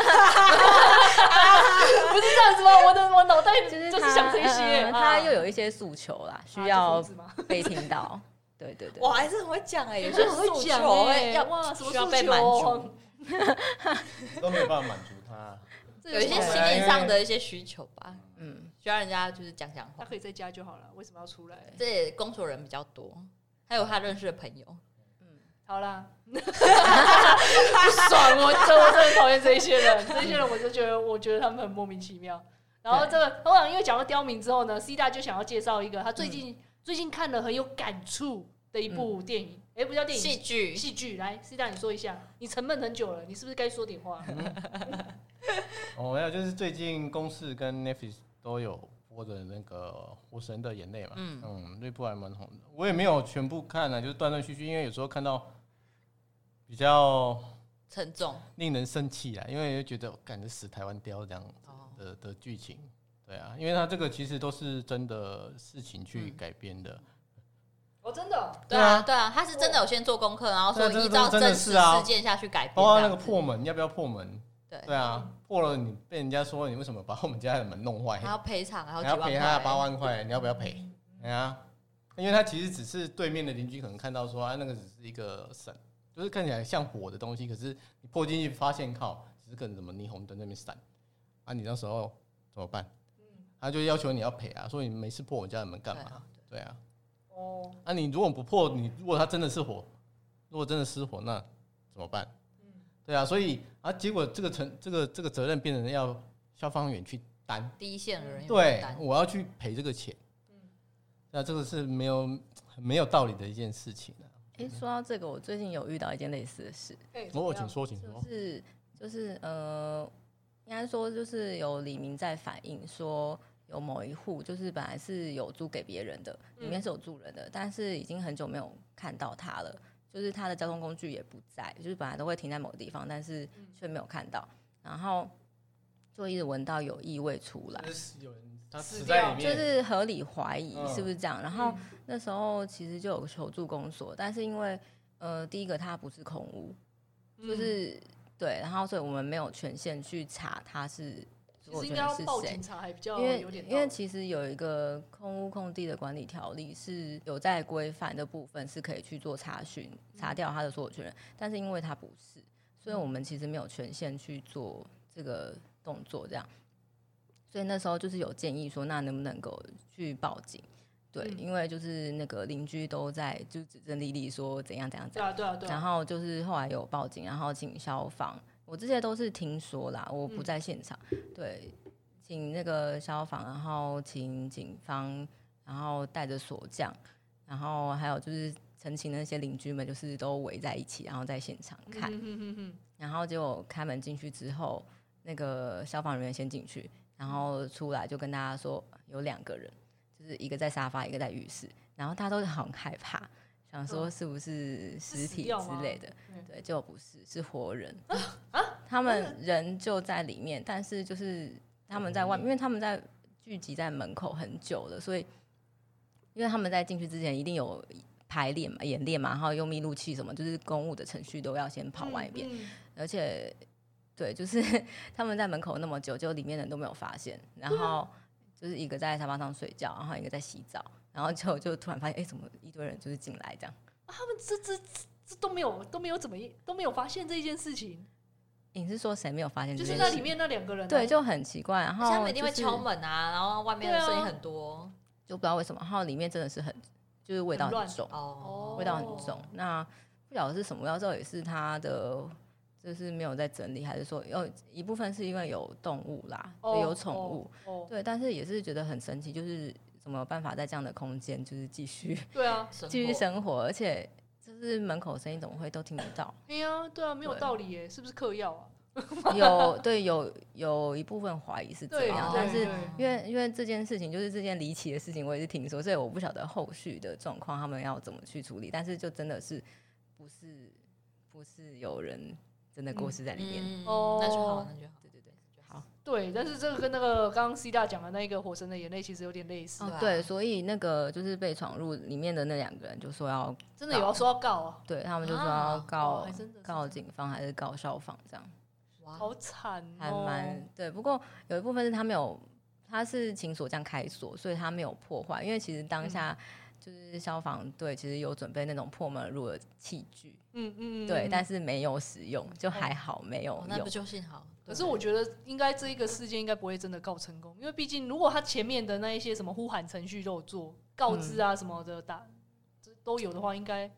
Speaker 3: 这样子吗？我的我脑袋
Speaker 5: 就
Speaker 3: 就是是
Speaker 5: 他，
Speaker 3: 想这些
Speaker 5: 嗯，嗯
Speaker 3: 啊
Speaker 5: 他又有一些诉求啦，需
Speaker 3: 啊
Speaker 5: 要
Speaker 3: 这疯子吗？
Speaker 5: 被听到。对对对，
Speaker 1: 我还是很会讲哎、有
Speaker 3: 有
Speaker 1: 些
Speaker 3: 些很
Speaker 1: 诉
Speaker 3: 会讲
Speaker 1: 求哎、
Speaker 3: 哎，
Speaker 1: 要
Speaker 3: 哇，什么
Speaker 1: 需要
Speaker 3: 诉
Speaker 1: 被
Speaker 3: 求
Speaker 1: 满足，
Speaker 2: 都没有办法满足他。
Speaker 3: 这
Speaker 1: 有一些
Speaker 3: 什么
Speaker 1: 心理上的一些需求吧，
Speaker 5: 嗯，
Speaker 1: 需要人家就是讲讲
Speaker 3: 他
Speaker 1: 话。
Speaker 3: 可以在家就好了，为什么要出来？
Speaker 1: 这也工作人比较多，还有他认识的朋友。
Speaker 3: 好啦，不爽，我真我真的讨厌这一些 [LAUGHS] 人，这些人我就觉得，我觉得他们很莫名其妙。然后这个，通常因为讲到刁民之后呢，C 大就想要介绍一个他最近、最近看了很有感触的一部电影，哎、不叫电
Speaker 1: 戏
Speaker 3: 影，
Speaker 1: 剧
Speaker 3: 戏剧。来，C 大你说一下，你沉闷很久了，你是不是该说点话？
Speaker 2: 哦，没有，就是最近公视跟 Netflix 都有播的那个《火神的眼泪》嘛，
Speaker 1: 嗯
Speaker 2: 嗯嗯，那部还蛮红的。我也没有全部看啊，就是断断续续，因为有时候看到比较
Speaker 1: 沉重
Speaker 2: 令人生气啊啦，因为就觉得感觉死台湾雕这样
Speaker 1: 哦，
Speaker 2: 的的剧情，对啊，因为它这个其实都是真的事情去
Speaker 1: 嗯
Speaker 2: 改编的，
Speaker 3: 哦，真的哦、
Speaker 1: 对啊，对啊，他是真的有先做功课，然后说
Speaker 2: 对这
Speaker 1: 依照
Speaker 2: 这真
Speaker 1: 真
Speaker 2: 的
Speaker 1: 实
Speaker 2: 是啊
Speaker 1: 事件下去改编
Speaker 2: 包括
Speaker 1: 这
Speaker 2: 那个
Speaker 1: 样子，
Speaker 2: 破门要不要破门，
Speaker 1: 对，
Speaker 2: 对啊，破了你被人家说你为什么把我们家的门弄坏
Speaker 1: 还，要赔偿，还要
Speaker 2: 你要
Speaker 1: 几
Speaker 2: 赔
Speaker 1: 万
Speaker 2: 他
Speaker 1: 块，
Speaker 2: 八万块，你要不要赔？哎呀、因为他其实只是对面的邻居可能看到说，啊，那个只是一个闪就是看起来像火的东西，可是你破进去发现靠，只是跟什么霓虹灯那边闪，啊，你那时候怎么办？
Speaker 3: 嗯
Speaker 2: 他就要求你要赔啊，说你没事破我家的门干嘛？对啊，
Speaker 3: 哦，
Speaker 2: 啊，你如果不破，你如果它真的是火，如果真的失火，那怎么办？
Speaker 3: 嗯
Speaker 2: 对啊，所以啊，结果这个承这个这个责任变成要消防员去担，
Speaker 1: 第一线的人有
Speaker 2: 对
Speaker 1: 担，
Speaker 2: 我要去赔这个钱。
Speaker 3: 嗯
Speaker 2: 那这个是没有很没有道理的一件事情啊。
Speaker 5: 诶，说到这个，我最近有遇到一件类似的事，
Speaker 3: 哎怎么
Speaker 2: 我
Speaker 3: 样
Speaker 2: 哦请说，请说
Speaker 5: 就。是就是呃，应该说就是有李明在反映说，有某一户就是本来是有租给别人的，里
Speaker 2: 嗯
Speaker 5: 面是有住人的，但是已经很久没有看到他了，就是他的交通工具也不在，就是本来都会停在某个地方，但是
Speaker 2: 嗯
Speaker 5: 却没有看到，然后就一直闻到有异味出来。
Speaker 2: 就是有人他
Speaker 3: 死
Speaker 2: 死
Speaker 3: 掉
Speaker 2: 在里
Speaker 5: 就
Speaker 2: 面，
Speaker 5: 是合理怀疑
Speaker 2: 嗯
Speaker 5: 是不是这样？然后那时候其实就有求助公所，但是因为呃，第一个它不是空屋，就
Speaker 3: 嗯
Speaker 5: 是、对，然后所以我们没有权限去查他是
Speaker 3: 其
Speaker 5: 所
Speaker 3: 实
Speaker 5: 有
Speaker 3: 应
Speaker 5: 权
Speaker 3: 该
Speaker 5: 人
Speaker 3: 要
Speaker 5: 是
Speaker 3: 报
Speaker 5: 谁
Speaker 3: 警。察还比较
Speaker 5: 因为
Speaker 3: 有点道理，
Speaker 5: 因为其实有一个空屋空地的管理条例是有在规范的部分是可以去做查询，
Speaker 3: 嗯
Speaker 5: 查掉他的所有权人，但是因为他不是，所以我们其实没有权限去做这个动作，这样。所以那时候就是有建议说，那能不能够去报警？对，
Speaker 3: 嗯
Speaker 5: 因为就是那个邻居都在就指证莉莉说怎样怎样怎样
Speaker 3: 对。啊对啊对
Speaker 5: 然
Speaker 3: 啊，
Speaker 5: 后就是后来有报警，然后请消防。我这些都是听说啦，我不
Speaker 3: 嗯
Speaker 5: 在现场。对，请那个消防，然后请警方，然后带着锁匠，然后还有就是陈情的那些邻居们，就是都围在一起，然后在现场看。
Speaker 3: 嗯哼哼哼
Speaker 5: 然后结果开门进去之后，那个消防人员先进去，然后出来就跟大家说有两个人，就是一个在沙发，一个在浴室，然后大家都很害怕，想说是不是尸体之类的，
Speaker 3: 嗯啊
Speaker 5: 对，结果不是，是活人他们人就在里面，但是就是他们在外面，因为他们在聚集在门口很久了，所以因为他们在进去之前一定有。排练嘛，演练嘛，然后用密录器什么，就是公务的程序都要先跑外边。，
Speaker 3: 嗯嗯
Speaker 5: 而且对，就是 [LAUGHS] 他们在门口那么久，就里面人都没有发现，然
Speaker 3: 啊
Speaker 5: 后就是一个在沙发上睡觉，然后一个在洗澡，然后就就突然发现，哎、怎么一堆人就是进来这样？
Speaker 3: 他们这这这这都没有都没有怎么一都没有发现这一件事情，
Speaker 5: 你是说谁没有发现
Speaker 3: 就
Speaker 5: 这
Speaker 3: 是
Speaker 5: 件事？
Speaker 3: 那里面那两个人啊，
Speaker 5: 对，就很奇怪。然
Speaker 1: 而且他
Speaker 5: 后
Speaker 1: 们一定会
Speaker 5: 就是
Speaker 1: 敲门啊，然后外面的
Speaker 3: 对啊
Speaker 1: 声音很多
Speaker 5: 就不知道为什么，然后里面真的是很就是味道
Speaker 3: 很乱
Speaker 5: 很重，
Speaker 1: 哦，
Speaker 5: 味道很重。那不晓得是什么，要知道也是它的。就是没有在整理，还是说有一部分是因为有动物啦，
Speaker 3: 哦
Speaker 5: 有宠物，，
Speaker 3: 哦哦
Speaker 5: 对，但是也是觉得很神奇，就是怎么有办法在这样的空间，就是继续
Speaker 3: 对啊，
Speaker 1: 生
Speaker 5: [LAUGHS] 继续
Speaker 1: 活
Speaker 5: 生活，而且就是门口声音怎么会都听不到？
Speaker 3: 哎呀，对啊，没有
Speaker 5: 对
Speaker 3: 道理耶，是不是嗑药啊？
Speaker 5: 有对有有一部分怀疑是这
Speaker 3: 对
Speaker 5: 样，
Speaker 1: 啊
Speaker 3: 对
Speaker 5: 但是
Speaker 3: 对
Speaker 5: 因为因为这件事情就是这件离奇的事情，我也是听说，所以我不晓得后续的状况他们要怎么去处理，但是就真的是不是不是有人真的过世在里面？
Speaker 1: 嗯
Speaker 3: 哦
Speaker 1: 那就好，那就好，
Speaker 5: 对对对，
Speaker 3: 对，但是这个跟那个刚刚 C 大讲的那个《火神的眼泪》其实有点类似，
Speaker 1: 对啊
Speaker 5: 哦对，所以那个就是被闯入里面的那两个人就说要
Speaker 3: 真的有要说要告啊，
Speaker 5: 对他们就说
Speaker 1: 啊
Speaker 5: 要告、
Speaker 3: 哦还真的是
Speaker 5: 告警方还是告消防这样，
Speaker 1: 哇，
Speaker 3: 好惨哦，
Speaker 5: 还蛮、对。不过有一部分是他没有，他是请锁匠开锁，所以他没有破坏，因为其实
Speaker 3: 嗯
Speaker 5: 当下。就是消防队其实有准备那种破门而入的器具，
Speaker 3: 嗯嗯，嗯
Speaker 5: 对，
Speaker 3: 嗯
Speaker 5: 但是没有使用，就还好没有
Speaker 1: 哦那
Speaker 5: 用
Speaker 1: 不。就幸好。
Speaker 3: 可是我觉得应该这一个事件应该不会真的告成功，因为毕竟如果他前面的那一些什么呼喊程序都有做告知啊什么的打这都有的话，应该应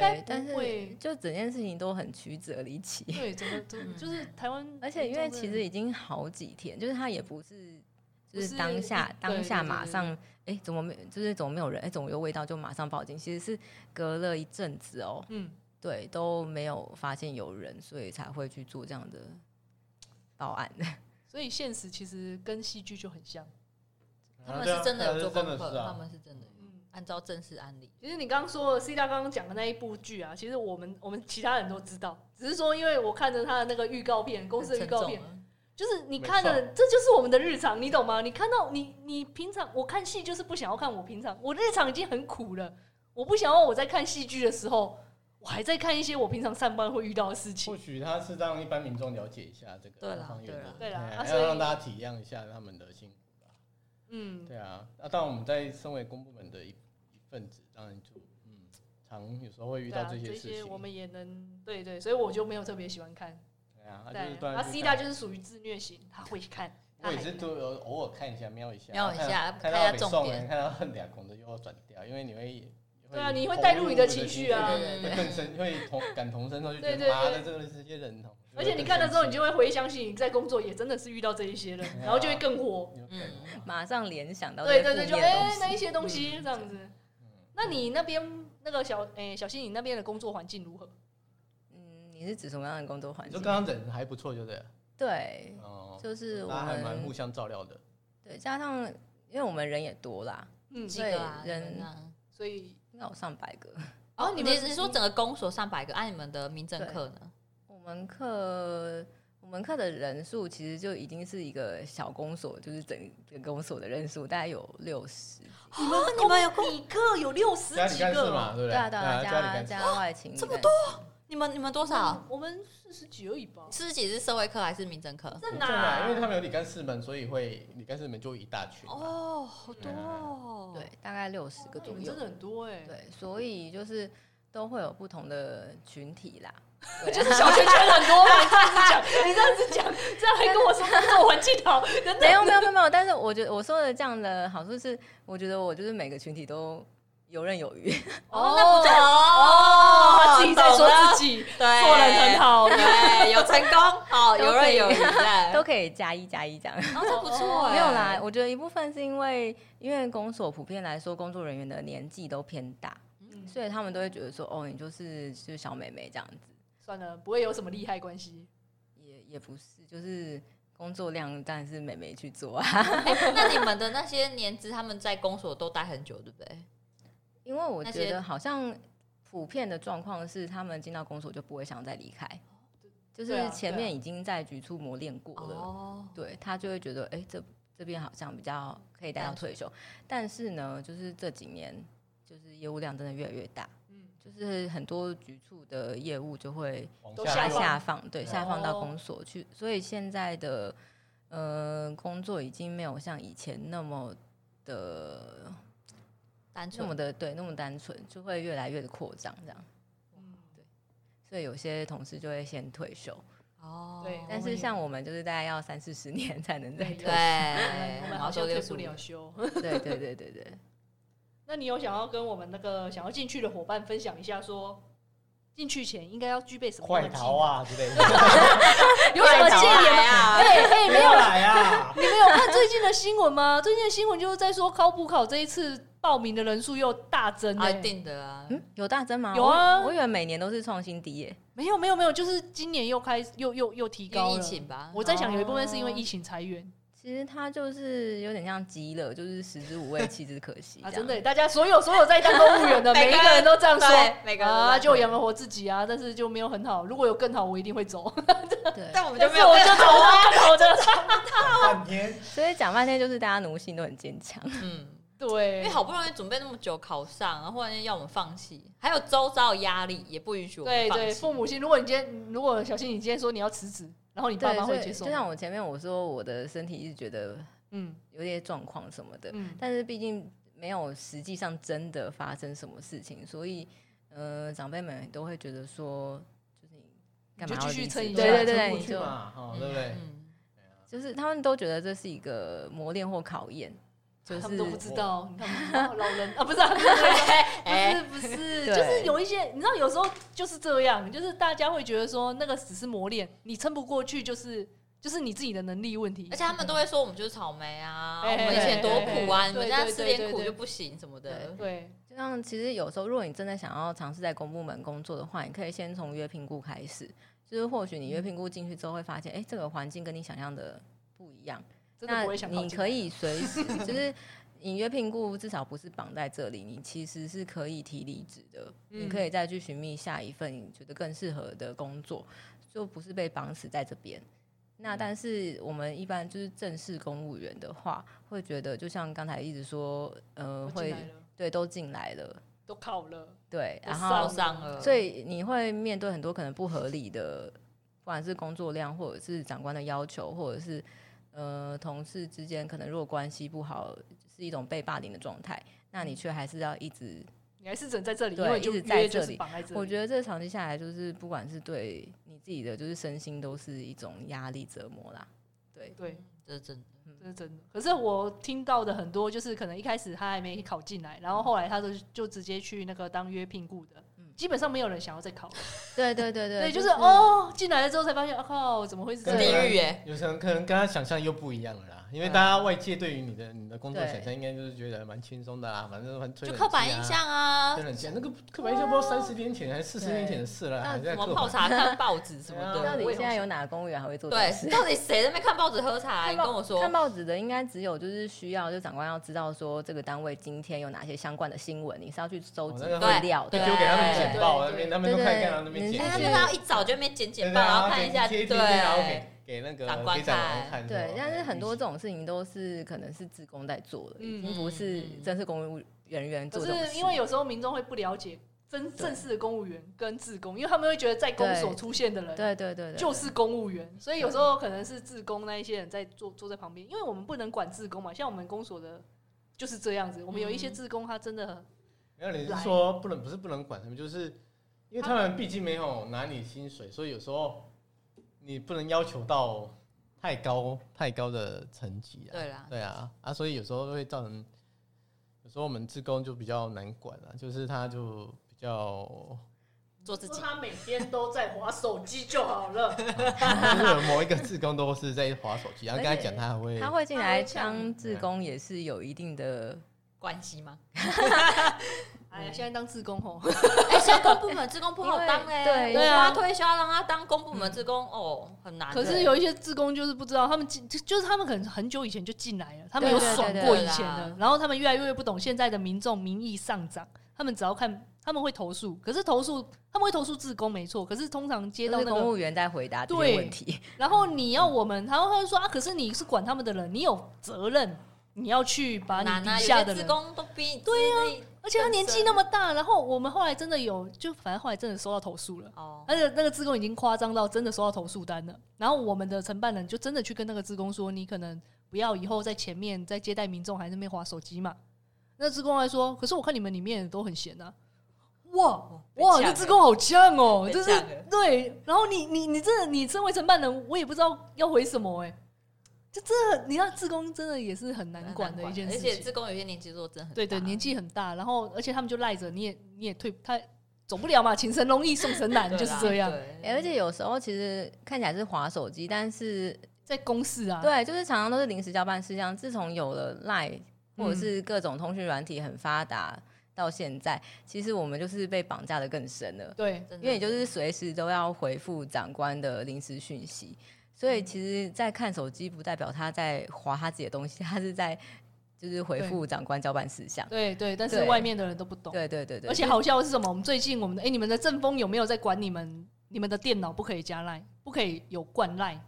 Speaker 3: 该
Speaker 5: 对，但
Speaker 3: 不会
Speaker 5: 是就整件事情都很曲折离奇，
Speaker 3: [LAUGHS] 对整个都
Speaker 1: 嗯
Speaker 3: [LAUGHS] 就是台湾，
Speaker 5: 而且因为其实已经好几天，就是他也不是，
Speaker 3: 不
Speaker 5: 就是是当
Speaker 3: 一
Speaker 5: 下
Speaker 3: 对
Speaker 5: 当下
Speaker 3: 对对
Speaker 5: 马
Speaker 3: 对
Speaker 5: 上，哎、怎么没，就是怎么没有人，哎、怎么有味道就马上报警，其实是隔了一阵子哦，
Speaker 3: 嗯
Speaker 5: 对，都没有发现有人，所以才会去做这样的报案。 [LAUGHS]
Speaker 3: 所以现实其实跟戏剧就很像。
Speaker 1: 他们是真的有做功课，他
Speaker 2: 啊，
Speaker 1: 们是真的有
Speaker 3: 嗯
Speaker 1: 按照正式案例。
Speaker 3: 其实你刚刚说的 C 大刚刚讲的那一部剧啊，其实我们我们其他人都知道，只是说因为我看着他的那个预告片，公司的预告片，就是你看
Speaker 2: 没
Speaker 3: 的，这就是我们的日常，你懂吗？你看到你你平常我看戏就是不想要看我平常我日常已经很苦了，我不想要我在看戏剧的时候，我还在看一些我平常上班会遇到的事
Speaker 2: 或
Speaker 3: 情。
Speaker 2: 许他是让一般民众了解一下这个
Speaker 1: 对啦
Speaker 2: 消防员的
Speaker 3: 对啦对啦啊
Speaker 2: 哎
Speaker 3: 所以
Speaker 2: 要让大家体谅一下他们的辛苦啦。
Speaker 3: 嗯，
Speaker 2: 啊对啊，那当然我们在身为公部门的一一份子，当然就嗯，常有时候会遇
Speaker 3: 对
Speaker 2: 到
Speaker 3: 啊，
Speaker 2: 这
Speaker 3: 这
Speaker 2: 些事
Speaker 3: 些
Speaker 2: 情。
Speaker 3: 我们也能对对，所以我就没有特别喜欢看。
Speaker 2: 对啊，他就
Speaker 3: 对
Speaker 2: 是，断
Speaker 3: 然
Speaker 2: 然
Speaker 3: 后
Speaker 2: 去
Speaker 3: C 大
Speaker 2: 看
Speaker 3: 就是属于自虐型，他会看，他
Speaker 2: 我也
Speaker 3: 还
Speaker 2: 是
Speaker 3: 看
Speaker 2: 都有偶尔看一下，瞄一下，
Speaker 1: 瞄一
Speaker 2: 看到
Speaker 1: 下看一
Speaker 2: 看
Speaker 1: 下
Speaker 2: 到北
Speaker 1: 重
Speaker 2: 宋
Speaker 1: 点
Speaker 2: 人，看到 [LAUGHS] 恨俩拱的又要转掉，因为你会
Speaker 3: 对啊你会
Speaker 2: 投
Speaker 3: 带入你的
Speaker 2: 自己
Speaker 3: 情
Speaker 2: 的
Speaker 3: 绪
Speaker 2: 绪
Speaker 3: 啊
Speaker 2: 对
Speaker 1: 对嗯对
Speaker 2: 会更深，会同感同身受，就觉
Speaker 3: 对对
Speaker 2: 得妈的，
Speaker 3: 对
Speaker 2: 这个这些人哦。
Speaker 3: 而且你看了之后，你
Speaker 2: 就
Speaker 3: 就会回想起你在工作也真的是遇到这一些
Speaker 2: [LAUGHS]
Speaker 3: 人，然后就会更火。
Speaker 2: 会更生气
Speaker 1: 嗯，
Speaker 5: 马上联想到
Speaker 3: 对
Speaker 5: 这
Speaker 3: 对
Speaker 5: 些
Speaker 3: 对，就
Speaker 5: 负面的
Speaker 3: 哎、
Speaker 5: 东西
Speaker 3: 那一些东
Speaker 2: 嗯
Speaker 3: 西这样子。那你那边那个小哎、小新，你那边的工作环境如何？
Speaker 5: 嗯，你是指什么样的工作环
Speaker 2: 你说
Speaker 5: 境？
Speaker 2: 刚刚人还不错，就对了。
Speaker 5: 对，
Speaker 2: 哦，
Speaker 5: 嗯就是我
Speaker 2: 大家还蛮互
Speaker 5: 们
Speaker 2: 相照料的。
Speaker 5: 对，加上因为我们人也多啦，
Speaker 3: 嗯，
Speaker 1: 几个啊？
Speaker 5: 对人
Speaker 1: 你们啊
Speaker 3: 所以
Speaker 5: 应该有上百个。
Speaker 1: 哦，
Speaker 3: 你
Speaker 1: 你
Speaker 3: 们
Speaker 1: 们你说整个公所上百个，按、你们的民政课呢？
Speaker 5: 我们课我们课的人数其实就已经是一个小公所，就是整个公所的人数大概有六十。
Speaker 3: 你们啊你们有你课有六十
Speaker 2: 家里
Speaker 3: 几
Speaker 2: 干事
Speaker 3: 个
Speaker 2: 嘛，
Speaker 3: 哦，
Speaker 2: 对不对？
Speaker 5: 对啊，对
Speaker 2: 家
Speaker 5: 啊，
Speaker 2: 里
Speaker 5: 加
Speaker 2: 干事。
Speaker 5: 加外勤
Speaker 1: 这么
Speaker 5: 多，
Speaker 1: 你们你们多少？
Speaker 3: 我们四十几而已吧。
Speaker 1: 四十几是社会课还是民政课？
Speaker 3: 正
Speaker 2: 对啊，因为
Speaker 3: 哪？
Speaker 2: 他们有理干事们，所以会理干事们就一大群。
Speaker 1: 哦，好多哦。
Speaker 5: 对，，大概六十个
Speaker 3: 那你
Speaker 5: 左
Speaker 3: 们
Speaker 5: 右
Speaker 3: 真。的很多哎、
Speaker 5: 对，所以就是都会有不同的群体
Speaker 3: [LAUGHS]
Speaker 5: 啦。啊
Speaker 3: 就是小圈圈很多嘛，你这样子 [LAUGHS] 讲，你这样子讲，这样还跟我说工作环境好，真
Speaker 5: 没
Speaker 3: 的
Speaker 5: 有没有没有没有，但是我觉得我说的这样的好处是，我觉得我就是每个群体都游刃有余。 [LAUGHS]
Speaker 1: 哦，那不错
Speaker 3: 哦
Speaker 1: 哦，
Speaker 3: 他自己在说自
Speaker 1: 己，
Speaker 3: 己
Speaker 1: 对，
Speaker 3: 做人很，好，
Speaker 1: 对，有成功，好，游刃有余在，
Speaker 5: 都可以加一加一这样。
Speaker 1: 哦，这不错哎，
Speaker 5: 没有啦，我觉得一部分是因为，因为公所普遍来说，工作人员的年纪都偏大，
Speaker 3: 嗯
Speaker 5: 所以他们都会觉得说，哦，你就是就是小妹妹这样子，
Speaker 3: 算了，不会有什么利害关系。
Speaker 5: 也也不是，就是工作量当然是妹妹去做啊。
Speaker 1: 哎。那你们的那些年资，他们在公所都待很久，对不对？
Speaker 5: 因为我
Speaker 1: 那
Speaker 5: 觉
Speaker 1: 些
Speaker 5: 得好像普遍的状况是，他们进到公所就不会想再离开，就
Speaker 3: 对
Speaker 5: 是
Speaker 3: 啊
Speaker 5: 前
Speaker 3: 对啊
Speaker 5: 面已经在局处磨练过了，
Speaker 1: 哦，
Speaker 5: 对他就会觉得，哎、这这边好像比较可以待到退休。但是呢，就是这几年，就是业务量真的越来越大，
Speaker 3: 嗯，
Speaker 5: 就是很多局处的业务就会
Speaker 2: 往
Speaker 3: 都
Speaker 2: 下
Speaker 5: 下
Speaker 3: 放
Speaker 2: 放
Speaker 5: 下放，对，
Speaker 2: 哦
Speaker 5: 下放到公所去。所以现在的呃工作已经没有像以前那么的
Speaker 1: 单
Speaker 5: 那
Speaker 1: 纯
Speaker 5: 么的对那么单纯，就会越来越的扩张这样。所以有些同事就会先退休，
Speaker 1: 哦，
Speaker 3: 对
Speaker 5: 但
Speaker 3: 我们
Speaker 5: 是
Speaker 3: 也
Speaker 5: 像我们就是大概要三四十年才能再
Speaker 3: 对
Speaker 5: 退
Speaker 1: 对，
Speaker 3: 我哎们好像退不了休。
Speaker 5: 对对对对对，
Speaker 3: 那你有想要跟我们那个想要进去的伙伴分享一下说进去前应该要具备什么样的
Speaker 2: 快
Speaker 3: 技
Speaker 2: 逃
Speaker 3: 能？
Speaker 2: 啊之类的，
Speaker 3: 有什么建议吗？
Speaker 1: 啊？
Speaker 3: 哎哎，
Speaker 2: 不
Speaker 3: 没有
Speaker 2: 要来啊！
Speaker 3: [LAUGHS] 你们有看最近的新闻吗？ [LAUGHS] 最近的新闻就是在说考普考这一次报名的人数又大增
Speaker 1: 啊，
Speaker 3: 哎、
Speaker 1: 一定的啊，
Speaker 5: 嗯，有大增吗？
Speaker 3: 有啊
Speaker 5: 我我以为每年都是创新低耶。
Speaker 3: 没有没有没有，就是今年又开又又又提
Speaker 1: 因为
Speaker 3: 高
Speaker 1: 疫
Speaker 3: 了。
Speaker 1: 情吧，嗯
Speaker 3: 我在想
Speaker 2: 哦
Speaker 3: 有一部分是因为疫情裁员、
Speaker 5: 其实它就是有点像鸡了，就是食之无味，弃之可惜。
Speaker 3: [LAUGHS] 啊，
Speaker 5: 这样
Speaker 3: 真的耶，大家所有所有在当公务员
Speaker 1: [LAUGHS]
Speaker 3: 的每一个人都这样说
Speaker 1: 对每个人都这
Speaker 3: 啊，
Speaker 1: 样
Speaker 3: 就养得活自己啊，但是就没有很好。如果有更好，我一定会走。
Speaker 5: 对。
Speaker 1: 但我们
Speaker 3: [LAUGHS]
Speaker 1: 就
Speaker 3: 但
Speaker 1: 是没有
Speaker 3: 我就走啊，走的。
Speaker 2: 半天，
Speaker 5: 所以讲半天就是大家奴性都很坚强。
Speaker 1: 嗯，
Speaker 3: 对，
Speaker 1: 因为好不容易准备那么久考上，然后忽然间要我们放弃，还有周遭的压力也不允许我
Speaker 3: 对
Speaker 1: 们放
Speaker 3: 对，
Speaker 1: 弃。
Speaker 3: 父母亲，如果你今天如果小新，你今天说你要辞职，然后你爸
Speaker 5: 对，
Speaker 3: 妈
Speaker 5: 所
Speaker 3: 会
Speaker 5: 以
Speaker 3: 接受吗，
Speaker 5: 就像我前面我说，我的身体一直觉得
Speaker 3: 嗯
Speaker 5: 有些状况什么的，
Speaker 3: 嗯，
Speaker 5: 但是毕竟没有实际上真的发生什么事情，所以呃，长辈们都会觉得说，就是你干
Speaker 3: 你
Speaker 5: 嘛
Speaker 3: 就
Speaker 5: 要
Speaker 3: 继续
Speaker 5: 离职
Speaker 3: 撑一下
Speaker 5: 对对对
Speaker 2: 撑
Speaker 5: 对，
Speaker 2: 过
Speaker 5: 你
Speaker 2: 去
Speaker 5: 就
Speaker 2: 嘛，哦，对不对？
Speaker 3: [LAUGHS]
Speaker 2: 啊
Speaker 1: 嗯
Speaker 5: 就是他们都觉得这是一个磨练或考验，就是
Speaker 3: 他们都不知道，他们不知道老人啊，不
Speaker 1: [LAUGHS]
Speaker 3: 是啊、不是
Speaker 1: 哎，
Speaker 3: 不是不是，
Speaker 1: [LAUGHS]
Speaker 5: 对
Speaker 3: 就是有一些，你知道，有时候就是这样，就是大家会觉得说那个只是磨练，你撑不过去，就是就是你自己的能力问题
Speaker 1: 而。且他们都会说我们就是草莓啊，我
Speaker 3: 哎
Speaker 1: 们以前多苦啊，
Speaker 3: 哎
Speaker 1: 你们
Speaker 3: 对
Speaker 1: 这样
Speaker 3: 对
Speaker 1: 吃
Speaker 3: 对
Speaker 1: 点
Speaker 3: 对
Speaker 1: 苦
Speaker 3: 对
Speaker 1: 就不行什么的。
Speaker 3: 对，
Speaker 5: 就像其实有时候，如果你真的想要尝试在公部门工作的话，你可以先从约评估开始。就是或许你约评估进去之后，会发现，哎、这个环境跟你想象的不一样。
Speaker 3: 真的
Speaker 5: 那
Speaker 3: 不会想靠
Speaker 5: 你
Speaker 3: 近
Speaker 5: 可以随
Speaker 3: [LAUGHS]
Speaker 5: 时，就是你约评估至少不是绑在这里，你其实是可以提离职的。
Speaker 3: 嗯
Speaker 5: 你可以再去寻觅下一份你觉得更适合的工作，就不是被绑死在这边。
Speaker 3: 嗯
Speaker 5: 那但是我们一般就是正式公务员的话，会觉得就像刚才一直说，呃，
Speaker 3: 我进
Speaker 5: 会
Speaker 3: 来了，
Speaker 5: 对都进来了。
Speaker 3: 都考了，
Speaker 5: 对，
Speaker 3: 我
Speaker 5: 然
Speaker 1: 烧
Speaker 5: 后
Speaker 1: 伤
Speaker 3: 呃
Speaker 1: 了，
Speaker 5: 所以你会面对很多可能不合理的，不管是工作量，或者是长官的要求，或者是呃同事之间可能如果关系不好，是一种被霸凌的状态，那你却还是要一直
Speaker 3: 你你还是只能在这里，因
Speaker 5: 对
Speaker 3: 为你就
Speaker 5: 一直在
Speaker 3: 约就
Speaker 5: 这
Speaker 3: 是
Speaker 5: 里
Speaker 3: 绑在这里。
Speaker 5: 我觉得这长期下来，就是不管是对你自己的，就是身心，都是一种压力折磨啦。对，
Speaker 3: 对，
Speaker 1: 这真的
Speaker 3: 这是真的。可是我听到的很多，就是可能一开始他还没考进来，然后后来他就就直接去那个当约聘雇的，基本上没有人想要再考了。
Speaker 5: 对对对对
Speaker 3: 嗯对，就是哦，进来了之后才发现，啊靠，怎么会是这
Speaker 1: 地
Speaker 3: 样？
Speaker 2: 对
Speaker 1: 狱哎，
Speaker 2: 有时候可能跟他想象又不一样了啦，因为
Speaker 5: 嗯
Speaker 2: 大家外界对于你的你的工作
Speaker 5: 对
Speaker 2: 想象，应该就是觉得蛮轻松的啦，反正反
Speaker 1: 就刻板印，象啊
Speaker 2: 吹，冷气啊那个刻板印象不知道三十年前还是四十
Speaker 5: 对
Speaker 2: 年前的事了，啊
Speaker 5: 那
Speaker 2: 还
Speaker 1: 什
Speaker 2: 在
Speaker 1: 么
Speaker 2: 刻
Speaker 1: 泡
Speaker 2: 板。
Speaker 1: 茶、看报纸什么
Speaker 2: 对
Speaker 1: 的。
Speaker 5: 到底
Speaker 1: 我也
Speaker 5: 现在有哪个公务员还会做这种事
Speaker 1: 对，？到底谁在那边看报纸喝茶啊？
Speaker 5: 看
Speaker 1: 你
Speaker 5: 报
Speaker 1: 跟我说
Speaker 5: 看，报纸的应该只有就是需要，就长官要知道说这个单位今天有哪些相关的新闻，你是要去收集
Speaker 2: 哦那个
Speaker 5: 资料
Speaker 2: 就
Speaker 1: 对
Speaker 5: 的。
Speaker 2: 丢给他们
Speaker 1: 对
Speaker 2: 简报，那边他们都
Speaker 5: 对
Speaker 2: 看
Speaker 5: 对
Speaker 2: 看，然后那边
Speaker 5: 你
Speaker 2: 剪
Speaker 1: 哎，他
Speaker 5: 是
Speaker 1: 们要一早就在那边剪
Speaker 2: 对
Speaker 1: 剪报，然后
Speaker 2: 对
Speaker 1: 看一下，
Speaker 2: 贴贴然后给
Speaker 1: 对，
Speaker 2: 给那个
Speaker 1: 长官
Speaker 2: 给长
Speaker 1: 看
Speaker 2: 官看。
Speaker 5: 对，但是很多
Speaker 2: 种
Speaker 5: 这种事情都是可能是职工在做的，已
Speaker 3: 嗯
Speaker 5: 经不是
Speaker 1: 嗯嗯
Speaker 5: 真是公务人员
Speaker 3: 可
Speaker 5: 做这种事。
Speaker 3: 是因为有时候民众会不了解真正式的公务员跟自工，因为他们会觉得在公所
Speaker 5: 对
Speaker 3: 出现的人
Speaker 5: 对对对对，
Speaker 3: 就是公务员，所以有时候可能是自工那一些人在坐坐在旁边，因为我们不能管自工嘛，像我们公所的就是这样子，我们有一些
Speaker 1: 嗯
Speaker 3: 自工他真的很
Speaker 2: 没有，你是
Speaker 3: 来
Speaker 2: 说不能不是不能管他们，就是因为他们毕竟没有拿你薪水，所以有时候你不能要求到太高太高的成绩啊。
Speaker 1: 对啦，
Speaker 2: 对啊，啊，所以有时候会造成，有时候我们职工就比较难管了、就是他就比较
Speaker 1: 做自己。
Speaker 3: 他每天都在划手机就好了，
Speaker 2: 就是有某一个职工都是在划手机，然后跟他讲他还会
Speaker 5: 他会进来
Speaker 3: 他
Speaker 5: 当志工也是有一定的，
Speaker 1: 关系吗？
Speaker 3: 哎
Speaker 1: 嗯
Speaker 3: 呀，现在当自工吼，
Speaker 1: 哎，现在公部门职工不好
Speaker 5: 因为
Speaker 1: 当哎，
Speaker 5: 对
Speaker 1: 我
Speaker 3: 对啊
Speaker 1: 妈推销让他当公部门职工哦，很难。
Speaker 3: [LAUGHS] 可是有一些自工就是不知道，他们进就就是他们可能很久以前就进来了，他们
Speaker 5: 对
Speaker 3: 有
Speaker 5: 对对
Speaker 3: 爽
Speaker 5: 对
Speaker 3: 过
Speaker 1: 对
Speaker 3: 以前的
Speaker 1: 啦，
Speaker 3: 然后他们越来越不懂现在的民众民意上涨，他们只要看他们会投诉，可是投诉他们会投诉自工没错，可是通常接
Speaker 5: 就
Speaker 3: 到
Speaker 5: 是
Speaker 3: 那
Speaker 5: 公
Speaker 3: 个，
Speaker 5: 务员在回答这
Speaker 3: 对
Speaker 5: 些
Speaker 3: [LAUGHS]
Speaker 5: 问题。
Speaker 3: 然后你要我们，然后他会说啊，可是你是管他们的人，你有责任，你要去把
Speaker 1: 难
Speaker 3: 你
Speaker 1: 啊，
Speaker 3: 底
Speaker 1: 有
Speaker 3: 下
Speaker 1: 些
Speaker 3: 的
Speaker 1: 职
Speaker 3: 人。
Speaker 1: 工都比你对啊，
Speaker 3: 而且他年纪那么大，然后我们后来真的有，就反正后来真的收到投诉了。
Speaker 1: 哦，
Speaker 3: 而且那个志工已经夸张到真的收到投诉单了，然后我们的承办人就真的去跟那个志工说，你可能不要以后在前面在接待民众还在那边划手机嘛。那志工还说，可是我看你们里面都很闲啊。哇哇，
Speaker 1: 被呛
Speaker 3: 那
Speaker 1: 了
Speaker 3: 志工好呛哦、
Speaker 1: 被
Speaker 3: 就是
Speaker 1: 呛了
Speaker 3: 对。然后你你你真的你身为承办人，我也不知道要回什么哎、就真的，你看志工真的也是很难管的一件事
Speaker 1: 而且
Speaker 3: 情。
Speaker 1: 职工有些年纪做真的很
Speaker 3: 对对，
Speaker 1: 大
Speaker 3: 年纪很大，然后而且他们就赖着，你也你也退他走不了嘛，请神容易送神
Speaker 1: [LAUGHS]
Speaker 3: 难，
Speaker 1: 对啦
Speaker 3: 就是这样。
Speaker 1: 对
Speaker 5: 欸而且有时候其实看起来是划手机，但是
Speaker 3: 在公事啊，
Speaker 5: 对，就是常常都是临时交办事项。自从有了 Line 或者
Speaker 3: 嗯
Speaker 5: 是各种通讯软体很发达到现在，其实我们就是被绑架的更深了，
Speaker 3: 对
Speaker 1: 真的
Speaker 5: 因为你就是随时都要回复长官的临时讯息，所以其实，在看手机不代表他在划他自己的东西， [LAUGHS] 他是在就是回
Speaker 3: 对
Speaker 5: 复长官交办事项。
Speaker 3: 对对，但是
Speaker 5: 对
Speaker 3: 外面的人都不懂。
Speaker 5: 对对对对，
Speaker 3: 而且好笑的是什么？我们最近我们的哎、你们的正风有没有在管你们？你们的电脑不可以加 line，不可以有灌 line。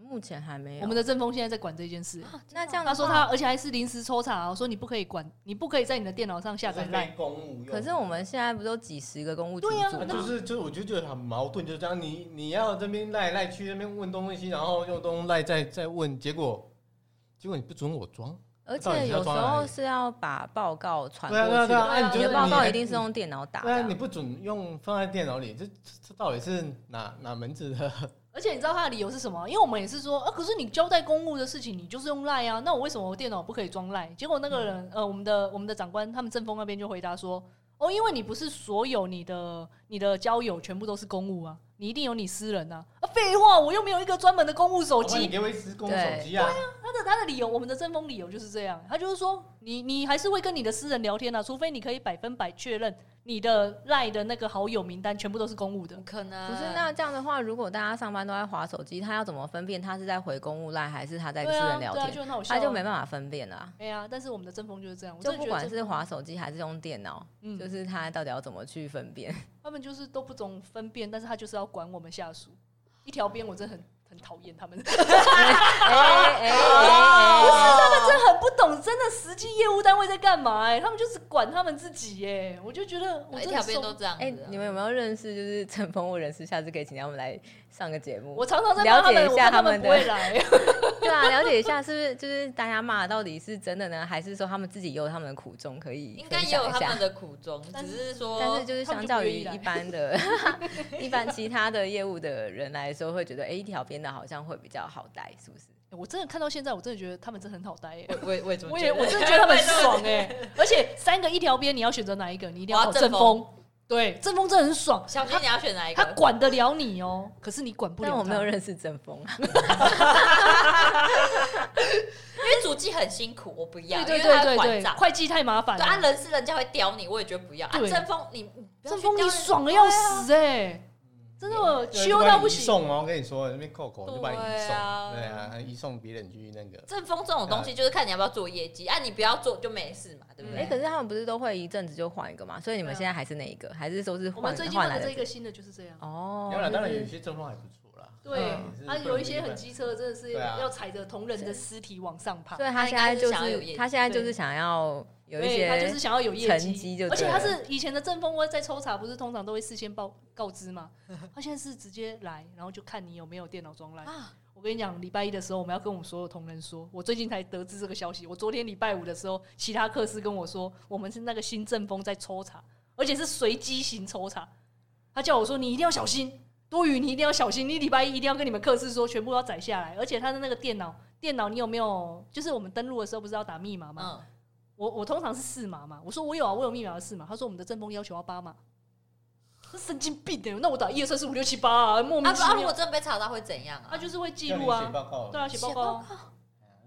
Speaker 5: 目前还没有。
Speaker 3: 我们的正风现在在管这件
Speaker 5: [LAUGHS]
Speaker 3: 事。
Speaker 5: 那这样
Speaker 3: 他
Speaker 5: 的
Speaker 3: 说
Speaker 5: 话
Speaker 3: 他，而且还是临时抽查、哦，说你不可以管，你不可以在你的电脑上下载 line。
Speaker 2: 公务用
Speaker 5: 可是我们现在不都几十个公务群
Speaker 3: 对啊
Speaker 5: 组
Speaker 2: 啊
Speaker 5: 吗？
Speaker 2: 就是就是，我就觉得很矛盾，就是这样，你你要这边赖赖去那边问东问西，然后用东赖再再问，结果结果你不准我装，
Speaker 5: 而
Speaker 2: 到底
Speaker 5: 且
Speaker 2: 是要
Speaker 5: 有时
Speaker 2: 装哪
Speaker 5: 候
Speaker 2: 里
Speaker 5: 是要把报告传
Speaker 2: 对
Speaker 5: 过
Speaker 2: 啊对啊
Speaker 5: 去
Speaker 2: 对啊，
Speaker 5: 的，
Speaker 2: 啊
Speaker 3: 对
Speaker 2: 你
Speaker 5: 你
Speaker 2: 就
Speaker 5: 的
Speaker 2: 是
Speaker 5: 报告
Speaker 2: 还
Speaker 5: 一定是用电脑打
Speaker 2: 对
Speaker 5: 的
Speaker 2: 啊，
Speaker 5: 啊
Speaker 2: 你。不准用放在电脑里，这这这到底是哪哪门子的？
Speaker 3: 而且你知道他的理由是什么？因为我们也是说，啊，可是你交代公务的事情，你就是用赖啊，那我为什么我电脑不可以装赖？结果那个人，呃，我们的我们的长官，他们正风那边就回答说，哦，因为你不是所有你的你的交友全部都是公务啊，你一定有你私人啊。啊，废话，我又没有一个专门的公务手
Speaker 2: 好吧 [LAUGHS] 哦你
Speaker 3: 机。
Speaker 2: 给我一只公
Speaker 5: 对
Speaker 2: 手机啊！
Speaker 3: 他的他的理由，我们的正风理由就是这样，他就是说，你你还是会跟你的私人聊天啊，除非你可以百分百确认你的赖的那个好友名单全部都是公务的
Speaker 1: 不。可能，呃
Speaker 5: 不是，那这样的话，如果大家上班都在划手机，他要怎么分辨他是在回公务赖还是他在私
Speaker 3: 对啊，
Speaker 5: 人
Speaker 3: 对
Speaker 5: 聊
Speaker 3: 啊，
Speaker 5: 天？
Speaker 3: 就很好笑啊。
Speaker 5: 他就没办法分辨了啊。
Speaker 3: 哎呀，但是我们的正风就是这样，我
Speaker 5: 就
Speaker 3: 真的觉
Speaker 5: 不
Speaker 3: 得
Speaker 5: 管
Speaker 3: 正
Speaker 5: 是划手机还是用电脑，
Speaker 3: 嗯，
Speaker 5: 就是他到底要怎么去分辨？
Speaker 3: 他们就是都不懂分辨，但是他就是要管我们下属。一条边我真的很很讨厌他们，
Speaker 5: 哎哎
Speaker 1: 哦
Speaker 5: 哎
Speaker 3: 不是他们 [LAUGHS] 真的很不懂，真的实际业务单位在干嘛、哎，他们就是管他们自己、哎，我就觉得我
Speaker 1: 一
Speaker 3: 真
Speaker 1: 条
Speaker 3: 的受
Speaker 1: 边都这样子啊。
Speaker 5: 哎，你们有没有认识就是乘风或人士？下次可以请他们来上个节目。
Speaker 3: 我常常在骂他
Speaker 5: 了
Speaker 3: 们，
Speaker 5: 解一
Speaker 3: 我
Speaker 5: 下
Speaker 3: 怕
Speaker 5: 他
Speaker 3: 他
Speaker 5: 们
Speaker 3: 们
Speaker 5: 的
Speaker 3: 不会来。欸
Speaker 5: 对啊，了解一下是不是就是大家骂到底是真的呢，还是说他们自己也有他们的苦衷可以
Speaker 1: 应该
Speaker 5: 分
Speaker 1: 也有
Speaker 5: 享一
Speaker 1: 他
Speaker 5: 下
Speaker 1: 们？的苦衷，
Speaker 3: 但
Speaker 1: 只
Speaker 3: 是
Speaker 1: 是说，
Speaker 5: 但是就是相较于
Speaker 3: 他们就不
Speaker 5: 一
Speaker 3: [LAUGHS]
Speaker 5: 般的、一般其他的业务的人来说，会觉得哎、一条边的好像会比较好带，是不是？
Speaker 3: [LAUGHS] 我真的看到现在，我真的觉得他们真的很好呆、哎，
Speaker 1: 我我我也这么
Speaker 3: 我
Speaker 1: 觉
Speaker 3: 也
Speaker 1: 得
Speaker 3: 我真的觉得他们很爽哎、而且三个一条边，你要选择哪一个？你一定
Speaker 1: 我
Speaker 3: 要
Speaker 1: 要
Speaker 3: 跑
Speaker 1: 正
Speaker 3: 正
Speaker 1: 风
Speaker 3: 风，对，正风真的很
Speaker 1: [LAUGHS]
Speaker 3: 爽，
Speaker 1: 小心你要选哪一
Speaker 3: 他
Speaker 1: 个？
Speaker 3: 管得了你哦、可是你管不了
Speaker 5: 但
Speaker 3: 他。
Speaker 5: 我没有认识正风啊，
Speaker 1: 因为主机很辛苦，我不要，
Speaker 3: 对对
Speaker 1: 因为他要
Speaker 3: 对对
Speaker 1: 管
Speaker 3: 对，
Speaker 1: 账。
Speaker 3: 会计太麻烦
Speaker 1: 对啊，
Speaker 3: 了。
Speaker 1: 人是人家会刁你，我也觉得不要啊。
Speaker 3: 对
Speaker 1: 正风你你不要
Speaker 3: 正
Speaker 1: 去
Speaker 3: 风
Speaker 1: 刁
Speaker 3: 你
Speaker 1: 人啊
Speaker 3: 爽的要死哎、真的羞到不行。
Speaker 2: 送哦，我跟你说，那边扣扣就把你移送，
Speaker 1: 对啊
Speaker 2: 对啊，移送别人去那个。
Speaker 1: 正风这种
Speaker 2: 嗯
Speaker 1: 东西就是看你要不要做业绩，啊，你不要做就没事嘛，对不
Speaker 3: 嗯
Speaker 5: 哎、
Speaker 1: 对？
Speaker 5: 可是他们不是都会一阵子就换一个嘛？所以你们
Speaker 3: 对啊
Speaker 5: 现在还是那一个，还是说是
Speaker 3: 我
Speaker 5: 换
Speaker 3: 们最近
Speaker 5: 换
Speaker 3: 换
Speaker 5: 来
Speaker 3: 的
Speaker 5: 的
Speaker 3: 这个嗯新的就是这样。
Speaker 5: 哦
Speaker 2: 当然，当然
Speaker 5: 就
Speaker 2: 有
Speaker 5: 是
Speaker 2: 一些状况还不错啦。
Speaker 3: 对
Speaker 2: 嗯，
Speaker 3: 啊，有一些很机车，真的是
Speaker 2: 对啊
Speaker 3: 要踩着同人的尸体往上爬。
Speaker 5: 所以
Speaker 1: 他
Speaker 5: 他
Speaker 1: 应
Speaker 5: 现
Speaker 1: 该
Speaker 5: 在
Speaker 1: 是
Speaker 5: 就
Speaker 1: 想要有业
Speaker 5: 是
Speaker 1: 绩
Speaker 5: 他现在就是
Speaker 3: 对
Speaker 5: 想要有一
Speaker 3: 对
Speaker 5: 些，
Speaker 3: 他就是想要有业
Speaker 5: 成绩就
Speaker 3: 而且
Speaker 5: 对
Speaker 3: 他
Speaker 5: 了
Speaker 3: 是以前的正风会在抽查，不是通常都会事先报告知嘛？他现在是直接来，然后就看你有没有电脑装来。
Speaker 1: 啊
Speaker 3: 我跟你讲，礼拜一的时候我们要跟我们所有同仁说，我最近才得知这个消息。我昨天礼拜五的时候，其他课师跟我说，我们是那个新正风在抽查，而且是随机型抽查。他叫我说，你一定要小心，多余你一定要小心，你礼拜一一定要跟你们课室说，全部都要载下来。而且他的那个电脑，电脑你有没有？就是我们登录的时候不是要打密码吗？
Speaker 1: 嗯，
Speaker 3: 我我通常是四码嘛，我说我有啊，我有密码的四码。他说我们的正风要求要八码，那神经病的、那我打一二三四五六七八啊，莫名
Speaker 1: 啊
Speaker 3: 其
Speaker 1: 不啊，如
Speaker 3: 妙。
Speaker 1: 果真的被查到会怎样
Speaker 3: 他
Speaker 1: 啊？
Speaker 3: 就是会记
Speaker 2: 叫你
Speaker 3: 录
Speaker 2: 写
Speaker 3: 啊，
Speaker 2: 报告
Speaker 3: 对啊，写报告啊。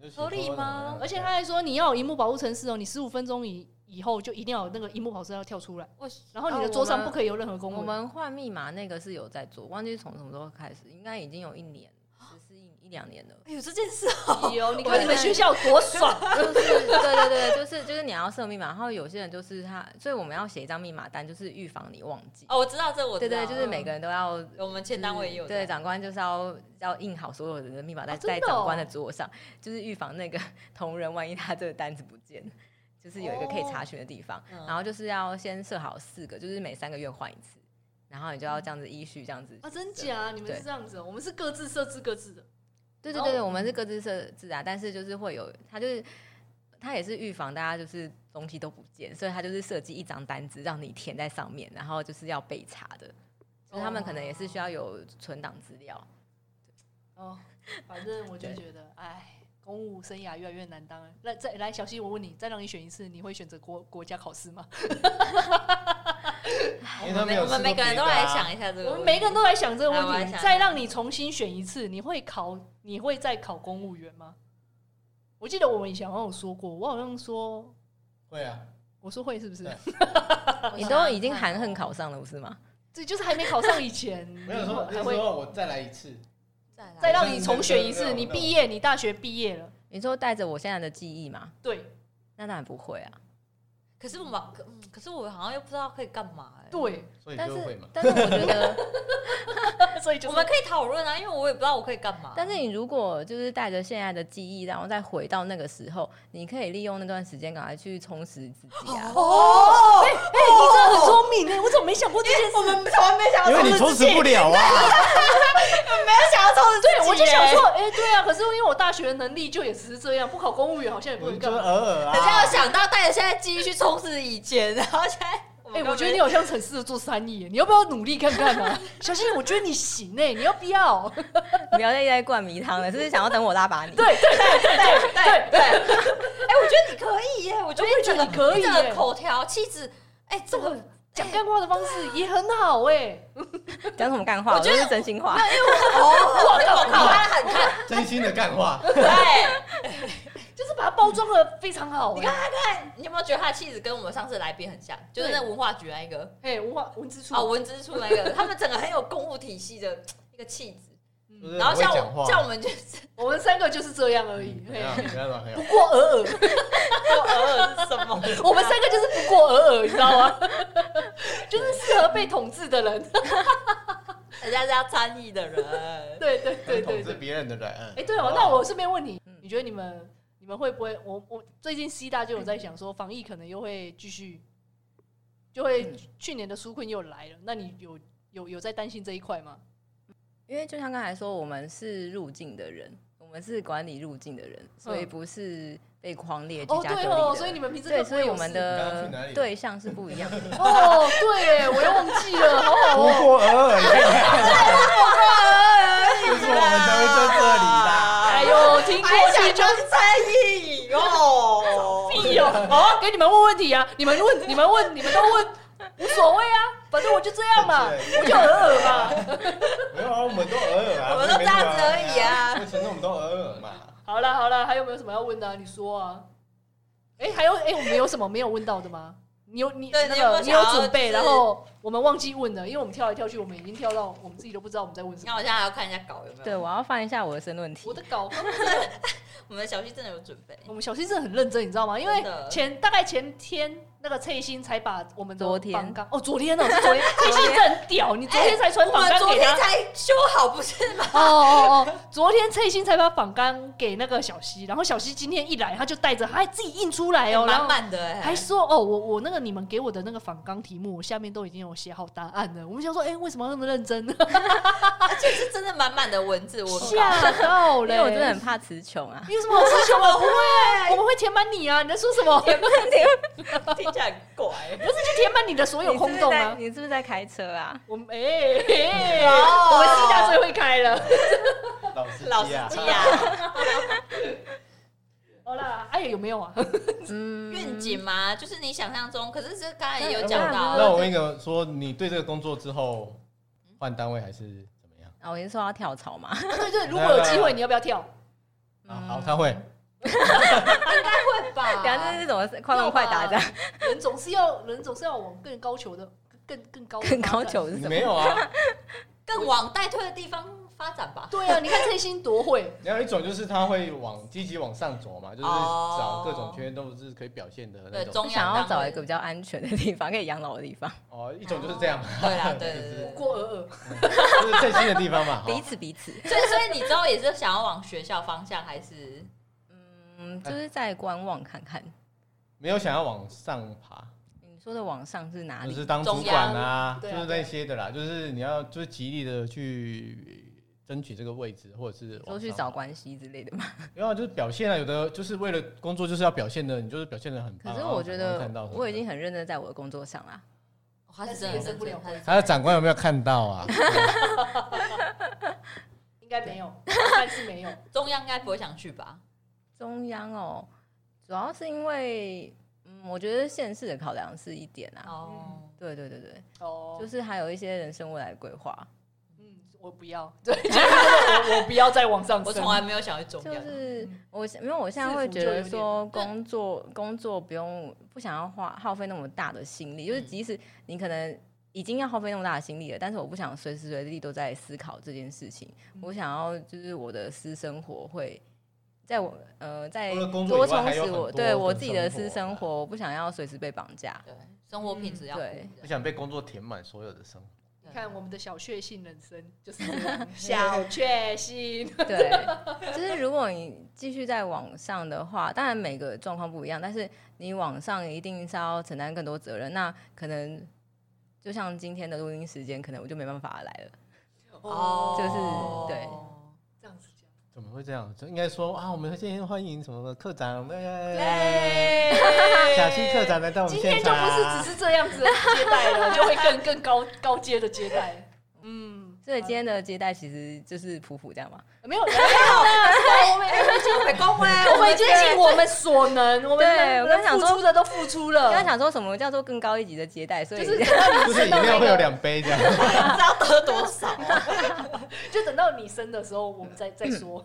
Speaker 2: 就写
Speaker 1: 合理
Speaker 2: 说
Speaker 1: 吗
Speaker 2: 什么
Speaker 3: 而且他还说你要有荧幕保护程式哦，你十五分钟以以后就一定要有那个荧幕保护程式要跳出来，
Speaker 1: 我
Speaker 3: 然后你的
Speaker 5: 哦
Speaker 3: 桌
Speaker 5: 我
Speaker 3: 上
Speaker 5: 们
Speaker 3: 不可以有任何公
Speaker 5: 我
Speaker 3: [LAUGHS] 文。
Speaker 5: 们换密码那个是有在做，忘记从什么时候开始，应该已经有一年，只是一一两年了。
Speaker 3: 哎
Speaker 1: 有这件事，
Speaker 3: 有，你
Speaker 5: 我
Speaker 3: 看你
Speaker 5: 们
Speaker 3: 们学校有 [LAUGHS] 多爽，
Speaker 5: 就是 [LAUGHS] 对对对，就是就是你要设密码，然后有些人就是他，所以我们要写一张密码单，就是预防你忘记。
Speaker 1: 哦，我知道这我
Speaker 5: 对
Speaker 1: 知道嗯
Speaker 5: 对，就是每个人都要。
Speaker 1: 我们前单位也有
Speaker 5: 嗯对
Speaker 1: 这样
Speaker 5: 长官就是要要印好所有人的密码在
Speaker 3: 哦真的
Speaker 5: 在
Speaker 3: 哦
Speaker 5: 长官的桌上，就是预防那个同仁万一他这个单子不见，就是有一个可以查询的地方，
Speaker 1: 嗯
Speaker 5: 然后就是要先设好四个，就是每三个月换一次，然后你就要这样子依序这样子
Speaker 3: 啊，真假？你们
Speaker 5: 对
Speaker 3: 是这样子哦，我们是各自设置各自的。
Speaker 5: 对对
Speaker 3: 然
Speaker 5: 对对，
Speaker 3: 后
Speaker 5: 我们是各自设置啊，但是就是会有，它就是它也是预防大家就是东西都不见，所以它就是设计一张单子让你填在上面，然后就是要被查的，所以他们可能也是需要有存档资料。
Speaker 3: [LAUGHS] 哦，反正我就觉得，哎，公务生涯越来越难当了。那再来，小溪，我问你，再让你选一次，你会选择国国家考试吗？
Speaker 2: 啊因为他没有
Speaker 1: 我们
Speaker 2: 试过
Speaker 1: 每个人
Speaker 2: 别
Speaker 1: 都
Speaker 2: 的啊
Speaker 1: 来想一下这个问题，
Speaker 3: [LAUGHS] 我们每一个人都来想这个
Speaker 1: 来我
Speaker 3: 问
Speaker 1: 来
Speaker 3: 题。
Speaker 1: 想
Speaker 3: 再让你重新选一次，你会考，你会再考公务员吗？我记得我们以前好像有说过，我好像说，
Speaker 2: 会啊，
Speaker 3: 我说会是不是
Speaker 2: 对？
Speaker 1: 我
Speaker 5: 你
Speaker 1: 想
Speaker 5: 都
Speaker 1: 想
Speaker 5: 已经
Speaker 1: 看
Speaker 5: 含
Speaker 1: 哦
Speaker 5: 恨考上了，不是吗？
Speaker 3: 这就是还没考上以前，
Speaker 2: [LAUGHS] 没有说
Speaker 1: 嗯
Speaker 3: 你还
Speaker 2: 那时
Speaker 3: 会
Speaker 2: 候我再来一次，
Speaker 1: 再来
Speaker 3: 再让你重选一
Speaker 2: 没有
Speaker 3: 次。
Speaker 2: 没有
Speaker 3: 你
Speaker 2: 没有
Speaker 3: 毕业，你大学毕业了，
Speaker 5: 你说带着我现在的记忆嘛？
Speaker 3: 对
Speaker 5: 那当然不会啊，
Speaker 1: 可是我们可嗯可是我好像又不知道可以干嘛哎。
Speaker 3: 对，
Speaker 2: 所以
Speaker 5: 但
Speaker 2: 就会
Speaker 5: 是
Speaker 2: 嘛。
Speaker 5: 但是我觉得，
Speaker 3: 所以就
Speaker 1: 我
Speaker 3: 是
Speaker 1: 们可以讨论啊，因为我也不知道我可以干嘛。
Speaker 5: 但是你如果就是带着现在的记忆，然后再回到那个时候，你可以利用那段时间赶快去充实自己啊。
Speaker 1: 哦，
Speaker 3: 哎、你真的很聪明哎，我怎么没想过这件事？我们从来没想
Speaker 2: 因为你充实不了
Speaker 1: [LAUGHS]
Speaker 2: 啊，
Speaker 1: 想要抽的
Speaker 3: 对，我就想说，哎、对啊，可是因为我大学的能力就也只是这样，不考公务员好像也不
Speaker 2: 我
Speaker 3: 能
Speaker 2: 就
Speaker 3: 干
Speaker 2: 是
Speaker 3: 嘛。
Speaker 2: 偶尔
Speaker 1: 人
Speaker 2: 啊。
Speaker 1: 家有想到带着现在继续去充实以前，然后现在，
Speaker 3: 哎、
Speaker 2: 呃
Speaker 1: 哎
Speaker 3: 我觉得你好像很适合做生意耶，你要不要努力看
Speaker 1: [LAUGHS]
Speaker 3: 看呢、啊？小新，我觉得你行哎，你要不要？
Speaker 5: 不要再一直在灌迷汤了，是不是想要等我拉拔你？
Speaker 3: 对对对对对
Speaker 1: 对，哎，我觉得你可以耶，我觉得
Speaker 3: 我
Speaker 1: 你
Speaker 3: 也觉
Speaker 1: 整
Speaker 3: 得
Speaker 1: 个
Speaker 3: 你可以耶
Speaker 1: 这个口条气质，哎，这
Speaker 3: 这
Speaker 1: 个
Speaker 3: 个讲干话的方式也很好哎。
Speaker 5: 讲什么干话？我
Speaker 1: 我觉
Speaker 5: 就
Speaker 1: 得
Speaker 5: 是真心
Speaker 1: 哦，
Speaker 5: 话。
Speaker 1: 我靠，他很看，
Speaker 2: 真心的干话，
Speaker 1: 对，
Speaker 3: 就是把它包装的非常好，欸
Speaker 1: 你看，他看，你有没有觉得他的气质跟我们上次来宾很像？就是那文化局那一个
Speaker 3: 哎、文化文之处，
Speaker 1: 啊，文之处那个，他们整个很有公务体系的一个气质。
Speaker 3: 嗯
Speaker 2: 就是
Speaker 1: [LAUGHS] 嗯然后像
Speaker 2: 不会讲
Speaker 1: 我
Speaker 2: 话
Speaker 1: 像我们就是 [LAUGHS]
Speaker 3: 我们三个就是这样而已。
Speaker 2: 没
Speaker 3: 嘿
Speaker 2: 有没有没有
Speaker 3: 不，过尔尔，
Speaker 1: 偶
Speaker 3: [LAUGHS]
Speaker 1: 尔是什么？
Speaker 3: 我们三个就是 [LAUGHS] 不过尔尔，你知道吗？就是适合被统治的人。
Speaker 1: [LAUGHS] 人家是要参与的人。
Speaker 3: [LAUGHS] 对对对对
Speaker 2: 统
Speaker 3: 对
Speaker 2: 治。啊别人的人嗯
Speaker 3: 哎、，对哦，那我顺便问你，
Speaker 5: 嗯
Speaker 3: 你觉得你们你们会不会？我我最近 C 大就有在想说，防疫可能又会继续，就会
Speaker 5: 嗯
Speaker 3: 去年的纾困又来了，那你有有有在担心这一块吗？
Speaker 5: 因为就像刚才说，我们是入境的人，我们是管理入境的人，所以
Speaker 3: 嗯
Speaker 5: 不是被框列居
Speaker 3: 哦，
Speaker 5: 家隔离
Speaker 3: 对
Speaker 5: 的
Speaker 3: 哦，
Speaker 5: 人。
Speaker 3: 所以你们平时
Speaker 5: 对，所以我们
Speaker 2: 你刚刚去哪
Speaker 5: 的
Speaker 2: 里
Speaker 5: 对象是不一样的。
Speaker 3: 哦，对耶，我又忘记
Speaker 5: [LAUGHS]
Speaker 3: 了，好好
Speaker 2: 不
Speaker 3: 哦。
Speaker 2: 过偶尔，就是我们才会在这里啦。
Speaker 3: 哎呦，听过
Speaker 1: 还
Speaker 3: 去
Speaker 1: 想
Speaker 3: 就
Speaker 1: 装参与哦，
Speaker 3: 屁哦！好啊，给你们问问题啊，你们问，你们问，你们都问，无所谓啊，反正我就这样
Speaker 2: [LAUGHS]
Speaker 3: 嘛，
Speaker 2: 对
Speaker 3: 我就尔尔嘛。
Speaker 2: 没有啊，我们都偶尔啊，
Speaker 1: 我们都这样子而已啊
Speaker 2: 我承认我们都偶尔嘛。
Speaker 3: 好了好了，还有没有什么要问的啊、你说啊。哎、还有哎、我们有什么没有问到的吗？你有你
Speaker 1: 对
Speaker 3: 那
Speaker 1: 你有没
Speaker 3: 个
Speaker 1: 有
Speaker 3: 你有
Speaker 1: 想要
Speaker 3: 准备，
Speaker 1: 就是
Speaker 3: 然后我们忘记问了，因为我们跳来跳去，我们已经跳到我们自己都不知道我们在问什
Speaker 1: 那
Speaker 3: 么。
Speaker 1: 我现在还要看一下稿有没有？
Speaker 5: 对，我要翻一下我的申论题
Speaker 3: 我。的稿，
Speaker 1: 我们小溪真的有准备。
Speaker 3: 我们小新真的很认真，你知道吗？因为
Speaker 1: 真的
Speaker 3: 前大概前天那个翠欣才把我们的
Speaker 5: 昨天
Speaker 3: 访纲哦，昨天哦，是昨天翠欣真的很屌，你昨天才传
Speaker 1: 哎我
Speaker 3: 访
Speaker 1: 们
Speaker 3: 纲
Speaker 1: 昨
Speaker 3: 给
Speaker 1: 天
Speaker 3: 他，
Speaker 1: 才修好，不是吗？
Speaker 3: 哦哦哦，昨天翠欣才把访纲给那个小溪，然后小溪今天一来，他就带着，还自己印出来哦，然
Speaker 1: 满
Speaker 3: 后
Speaker 1: 满的哎，
Speaker 3: 还说哦，我我那个你们给我的那个访纲题目，我下面都已经有写好答案了。我们想说，哎、为什么要那么认真呢？
Speaker 1: 而且是真的满满的文字，我
Speaker 3: 吓到 [LAUGHS]
Speaker 5: 因
Speaker 3: 嘞！
Speaker 5: 为我真的很怕词穷啊。 [LAUGHS]
Speaker 3: 你有什么好吃穷啊？不会，我们会填满你啊！你在说什么？不
Speaker 1: 靠听起来很怪。
Speaker 3: 是去填满你的所有空洞
Speaker 5: [LAUGHS]
Speaker 3: 啊！
Speaker 5: 你是不是在开车啊？
Speaker 3: 我们哎、哎
Speaker 1: 哦
Speaker 3: 我们西大最会开了。
Speaker 2: 老司
Speaker 1: 老司
Speaker 2: 机啊，
Speaker 1: 机啊，
Speaker 3: 好啦，哎、有没有啊？
Speaker 5: 嗯，
Speaker 1: 愿景嘛，就是你想象中，可是这刚才也
Speaker 3: 嗯
Speaker 1: 有
Speaker 2: 对
Speaker 1: 讲到，
Speaker 2: 那我问一个，说你对这个工作之后换单位还是怎么样？
Speaker 5: 啊，我先说要跳槽嘛。
Speaker 3: 对对，如果有机会，你要不要跳？
Speaker 2: 啊，好，他会，
Speaker 3: 嗯
Speaker 1: 会吧
Speaker 5: 等一下这是怎么快问快答的？
Speaker 3: 人总是要人总是要往更高求的、更更高的
Speaker 5: 更
Speaker 3: 发
Speaker 5: 高
Speaker 3: 展
Speaker 5: 求是
Speaker 2: 你
Speaker 5: 什么
Speaker 2: 没？有啊？
Speaker 1: 更往待退的地方发展吧。
Speaker 3: 对啊，你看这心多会，
Speaker 2: 你有一种就是他会往积极往上走嘛，就是
Speaker 1: 哦
Speaker 2: 找各种缺都是可以表现的那
Speaker 1: 对，
Speaker 2: 种。
Speaker 1: 中
Speaker 5: 想
Speaker 1: 央
Speaker 5: 要
Speaker 1: 单
Speaker 5: 找
Speaker 1: 位
Speaker 5: 一个比较安全的地方，可以养老的地方，
Speaker 2: 哦，一种就是这样嘛，
Speaker 1: 对啦，对对
Speaker 2: 就是
Speaker 1: 对
Speaker 3: 过尔尔。
Speaker 2: 就是最新的地方嘛。
Speaker 5: 彼
Speaker 2: 哈
Speaker 5: 此彼此。
Speaker 1: [LAUGHS] 对。所以，所以你之后也是想要往学校方向，还是
Speaker 5: 嗯，
Speaker 2: 哎
Speaker 5: 就是在观望看看。
Speaker 2: 没有想要往上爬，
Speaker 5: 你说的往上是哪
Speaker 2: 就
Speaker 5: 里？
Speaker 2: 是当主管啊，
Speaker 3: 中
Speaker 2: 就
Speaker 3: 央
Speaker 2: 是那些的啦，就是你要就是极力的去争取这个位置，或者是往上
Speaker 5: 说去找关系之类的嘛。
Speaker 2: 然后就是表现啊，有的就是为了工作就是要表现的，你就是表现的很
Speaker 5: 可
Speaker 2: 棒。
Speaker 5: 是我觉
Speaker 2: 然后长官
Speaker 5: 得
Speaker 2: 啊看到什么的
Speaker 5: 我已经很认真在我的工作上啦。
Speaker 1: 哦他是真的
Speaker 3: 但是也
Speaker 1: 认
Speaker 3: 是不了
Speaker 1: 真，他是
Speaker 2: 他的长官有没有看到啊？
Speaker 3: 应该没有，但是
Speaker 5: [LAUGHS]
Speaker 3: 没有。
Speaker 1: 中央应该不会想去吧？
Speaker 5: 中央哦，主要是因为，嗯，我觉得现实的考量是一点啊。
Speaker 1: 哦，
Speaker 5: 对对对对，
Speaker 3: 哦，
Speaker 5: 就是还有一些人生未来的规划，
Speaker 3: 嗯，我不要，对， [LAUGHS] 就是我我不要再往上
Speaker 1: 我
Speaker 3: 升
Speaker 1: 从来没有想去中
Speaker 5: 嗯就
Speaker 1: 央，
Speaker 5: 是
Speaker 3: 嗯
Speaker 5: 我现因为我现在
Speaker 3: 制
Speaker 5: 会
Speaker 3: 服
Speaker 5: 觉
Speaker 3: 就
Speaker 5: 得
Speaker 3: 有
Speaker 5: 说工作工作不用不想要花耗费那么大的心力，就是
Speaker 1: 嗯
Speaker 5: 即使你可能已经要耗费那么大的心力了，但是我不想随时随地都在思考这件事情，
Speaker 2: 嗯
Speaker 5: 我想要就是我的私生活会。在我呃，在
Speaker 2: 除了工作以
Speaker 5: 多
Speaker 2: 外
Speaker 5: 充
Speaker 2: 还有
Speaker 5: 实
Speaker 2: 很多
Speaker 5: 我对
Speaker 2: 的
Speaker 5: 我自己的
Speaker 2: 生
Speaker 5: 私
Speaker 2: 活
Speaker 5: 生
Speaker 2: 啊
Speaker 5: 活，我不想要随时被绑架。
Speaker 1: 对，生活品质要
Speaker 5: 嗯
Speaker 1: 顾
Speaker 5: 对
Speaker 1: 虑
Speaker 2: 不想被工作填满所有的生活。
Speaker 1: 对
Speaker 3: 你看我们的小确幸人生
Speaker 5: [LAUGHS]
Speaker 3: 就是这样
Speaker 1: 小
Speaker 3: 确幸，
Speaker 5: 对，就是如果你继续在网上的话，当然每个状况不一样，但是你网上一定是要承担更多责任。那可能就像今天的录音时间，可能我就没办法来了。
Speaker 1: 哦，
Speaker 5: 就是对
Speaker 3: 这样子讲。
Speaker 2: 怎么会这样？就应该说啊，我们今天欢迎什么的科长，哎，
Speaker 3: 哎
Speaker 2: 小新科长来到我们
Speaker 3: 今
Speaker 2: 现
Speaker 3: 天就
Speaker 2: 场。啊
Speaker 3: 不是只是这样子的接待
Speaker 5: [LAUGHS]
Speaker 3: 了，就会更更高高阶的接待。嗯，
Speaker 5: 所以今天的接待其实就是普普这样嘛。
Speaker 3: 没有，没有，我们
Speaker 1: 北宫哎，
Speaker 3: 我们已经尽我们所能，我们
Speaker 5: 对
Speaker 3: 能
Speaker 5: 我刚
Speaker 3: 能
Speaker 5: 想
Speaker 3: 付
Speaker 5: 说
Speaker 3: 出的都付出了。
Speaker 5: 刚刚想说什么叫做更高一级的接待，所以
Speaker 3: 就是等到你
Speaker 2: 就是
Speaker 3: 升
Speaker 2: 饮
Speaker 3: 到
Speaker 2: 料
Speaker 3: 那
Speaker 2: 会有
Speaker 3: 个，
Speaker 2: 两杯这样。 [LAUGHS]
Speaker 1: 知道得多少 [LAUGHS] 啊？
Speaker 3: 就等到你升的时候，我们再再说。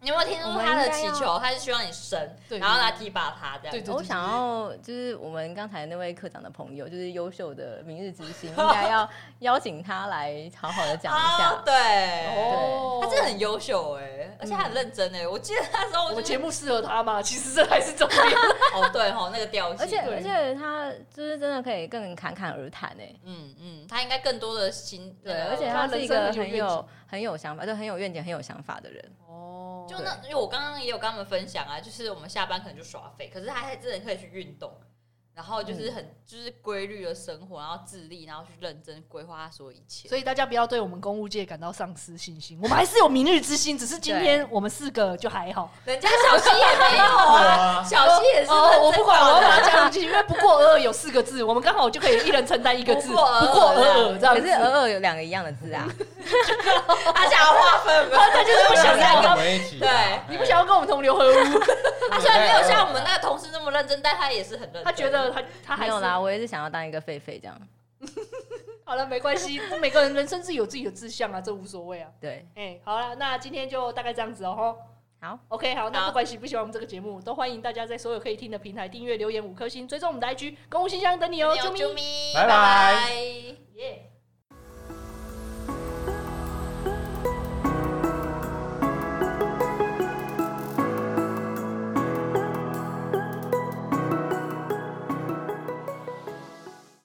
Speaker 1: 你有没有听说他的祈求？他是希望你生，
Speaker 3: 对
Speaker 1: 然后来提拔他这样。
Speaker 3: 对对
Speaker 5: [LAUGHS] 我想要就是我们刚才那位科长的朋友，就是优秀的
Speaker 3: [LAUGHS]
Speaker 5: 明日之星，应该要邀请他来好好的讲一
Speaker 1: 啊
Speaker 5: 下，。
Speaker 1: 对，
Speaker 5: 哦嗯
Speaker 1: 他真的真的很优秀哎、而且他很认真哎、我记得那时候
Speaker 3: 我
Speaker 1: 就
Speaker 3: 们
Speaker 1: 是
Speaker 3: 节目适合他吗？其实这才是重点。
Speaker 1: [LAUGHS] 哦对吼，那个调性，
Speaker 5: 而且
Speaker 3: 对
Speaker 5: 而且他就是真的可以更侃侃而谈哎、
Speaker 1: 嗯嗯，他应该更多的心
Speaker 5: 对，
Speaker 1: 那个
Speaker 5: 而且
Speaker 3: 他
Speaker 5: 他是一
Speaker 3: 人
Speaker 5: 个
Speaker 3: 生很有
Speaker 5: 很
Speaker 3: 愿
Speaker 5: 有很有想法，就很有愿景、很有想法的人。
Speaker 3: 哦
Speaker 1: 就那，因为我刚刚也有跟他们分享啊，就是我们下班可能就耍废，可是他还真的可以去运动，然后就是很、
Speaker 3: 嗯
Speaker 1: 就是规律的生活，然后自立，然后去认真规划他所有一切。
Speaker 3: 所以大家不要对我们公务界感到丧失信心，我们还是有明日之星，只是今天我们四个就还好。
Speaker 1: 人家小溪也没有
Speaker 3: [LAUGHS]
Speaker 1: 啊，小溪也是
Speaker 3: 哦，我不管，我要把它
Speaker 1: 讲。
Speaker 3: 加进去，因为不过尔尔有四个字，我们刚好就可以一人承担一个字，
Speaker 1: 不
Speaker 3: 不
Speaker 1: 过尔尔
Speaker 3: 过尔尔这样
Speaker 5: 可是偶
Speaker 3: 子。
Speaker 5: 尔有两个一样的字啊，
Speaker 1: 他想要划分，
Speaker 3: [LAUGHS]
Speaker 1: 他就是不想
Speaker 2: 跟我
Speaker 1: 要。
Speaker 2: 们一起，啊
Speaker 1: 对
Speaker 3: 你不想要跟我们同流合污？
Speaker 1: 他虽然没有像我们那个同事那么认真，但他也是很认真。
Speaker 3: 他觉得他 [LAUGHS] 他还
Speaker 5: 没
Speaker 3: 是
Speaker 5: 有啦，我也是想要当一个狒狒这样。
Speaker 3: 好了，没关系， [LAUGHS] 每个人人生自己有自己的志向啊，这无所谓啊。
Speaker 5: 对，
Speaker 3: 哎、好了，那今天就大概这样子哦。吼
Speaker 5: 好
Speaker 3: ，OK，好，那
Speaker 1: 好
Speaker 3: 不管喜不喜欢我们这个节目，都欢迎大家在所有可以听的平台订阅、留言五颗星，追踪我们的 IG，公务信箱等你哦，
Speaker 1: 没有
Speaker 3: 啾咪
Speaker 1: 啾咪，
Speaker 2: 拜拜
Speaker 1: 拜。
Speaker 3: 耶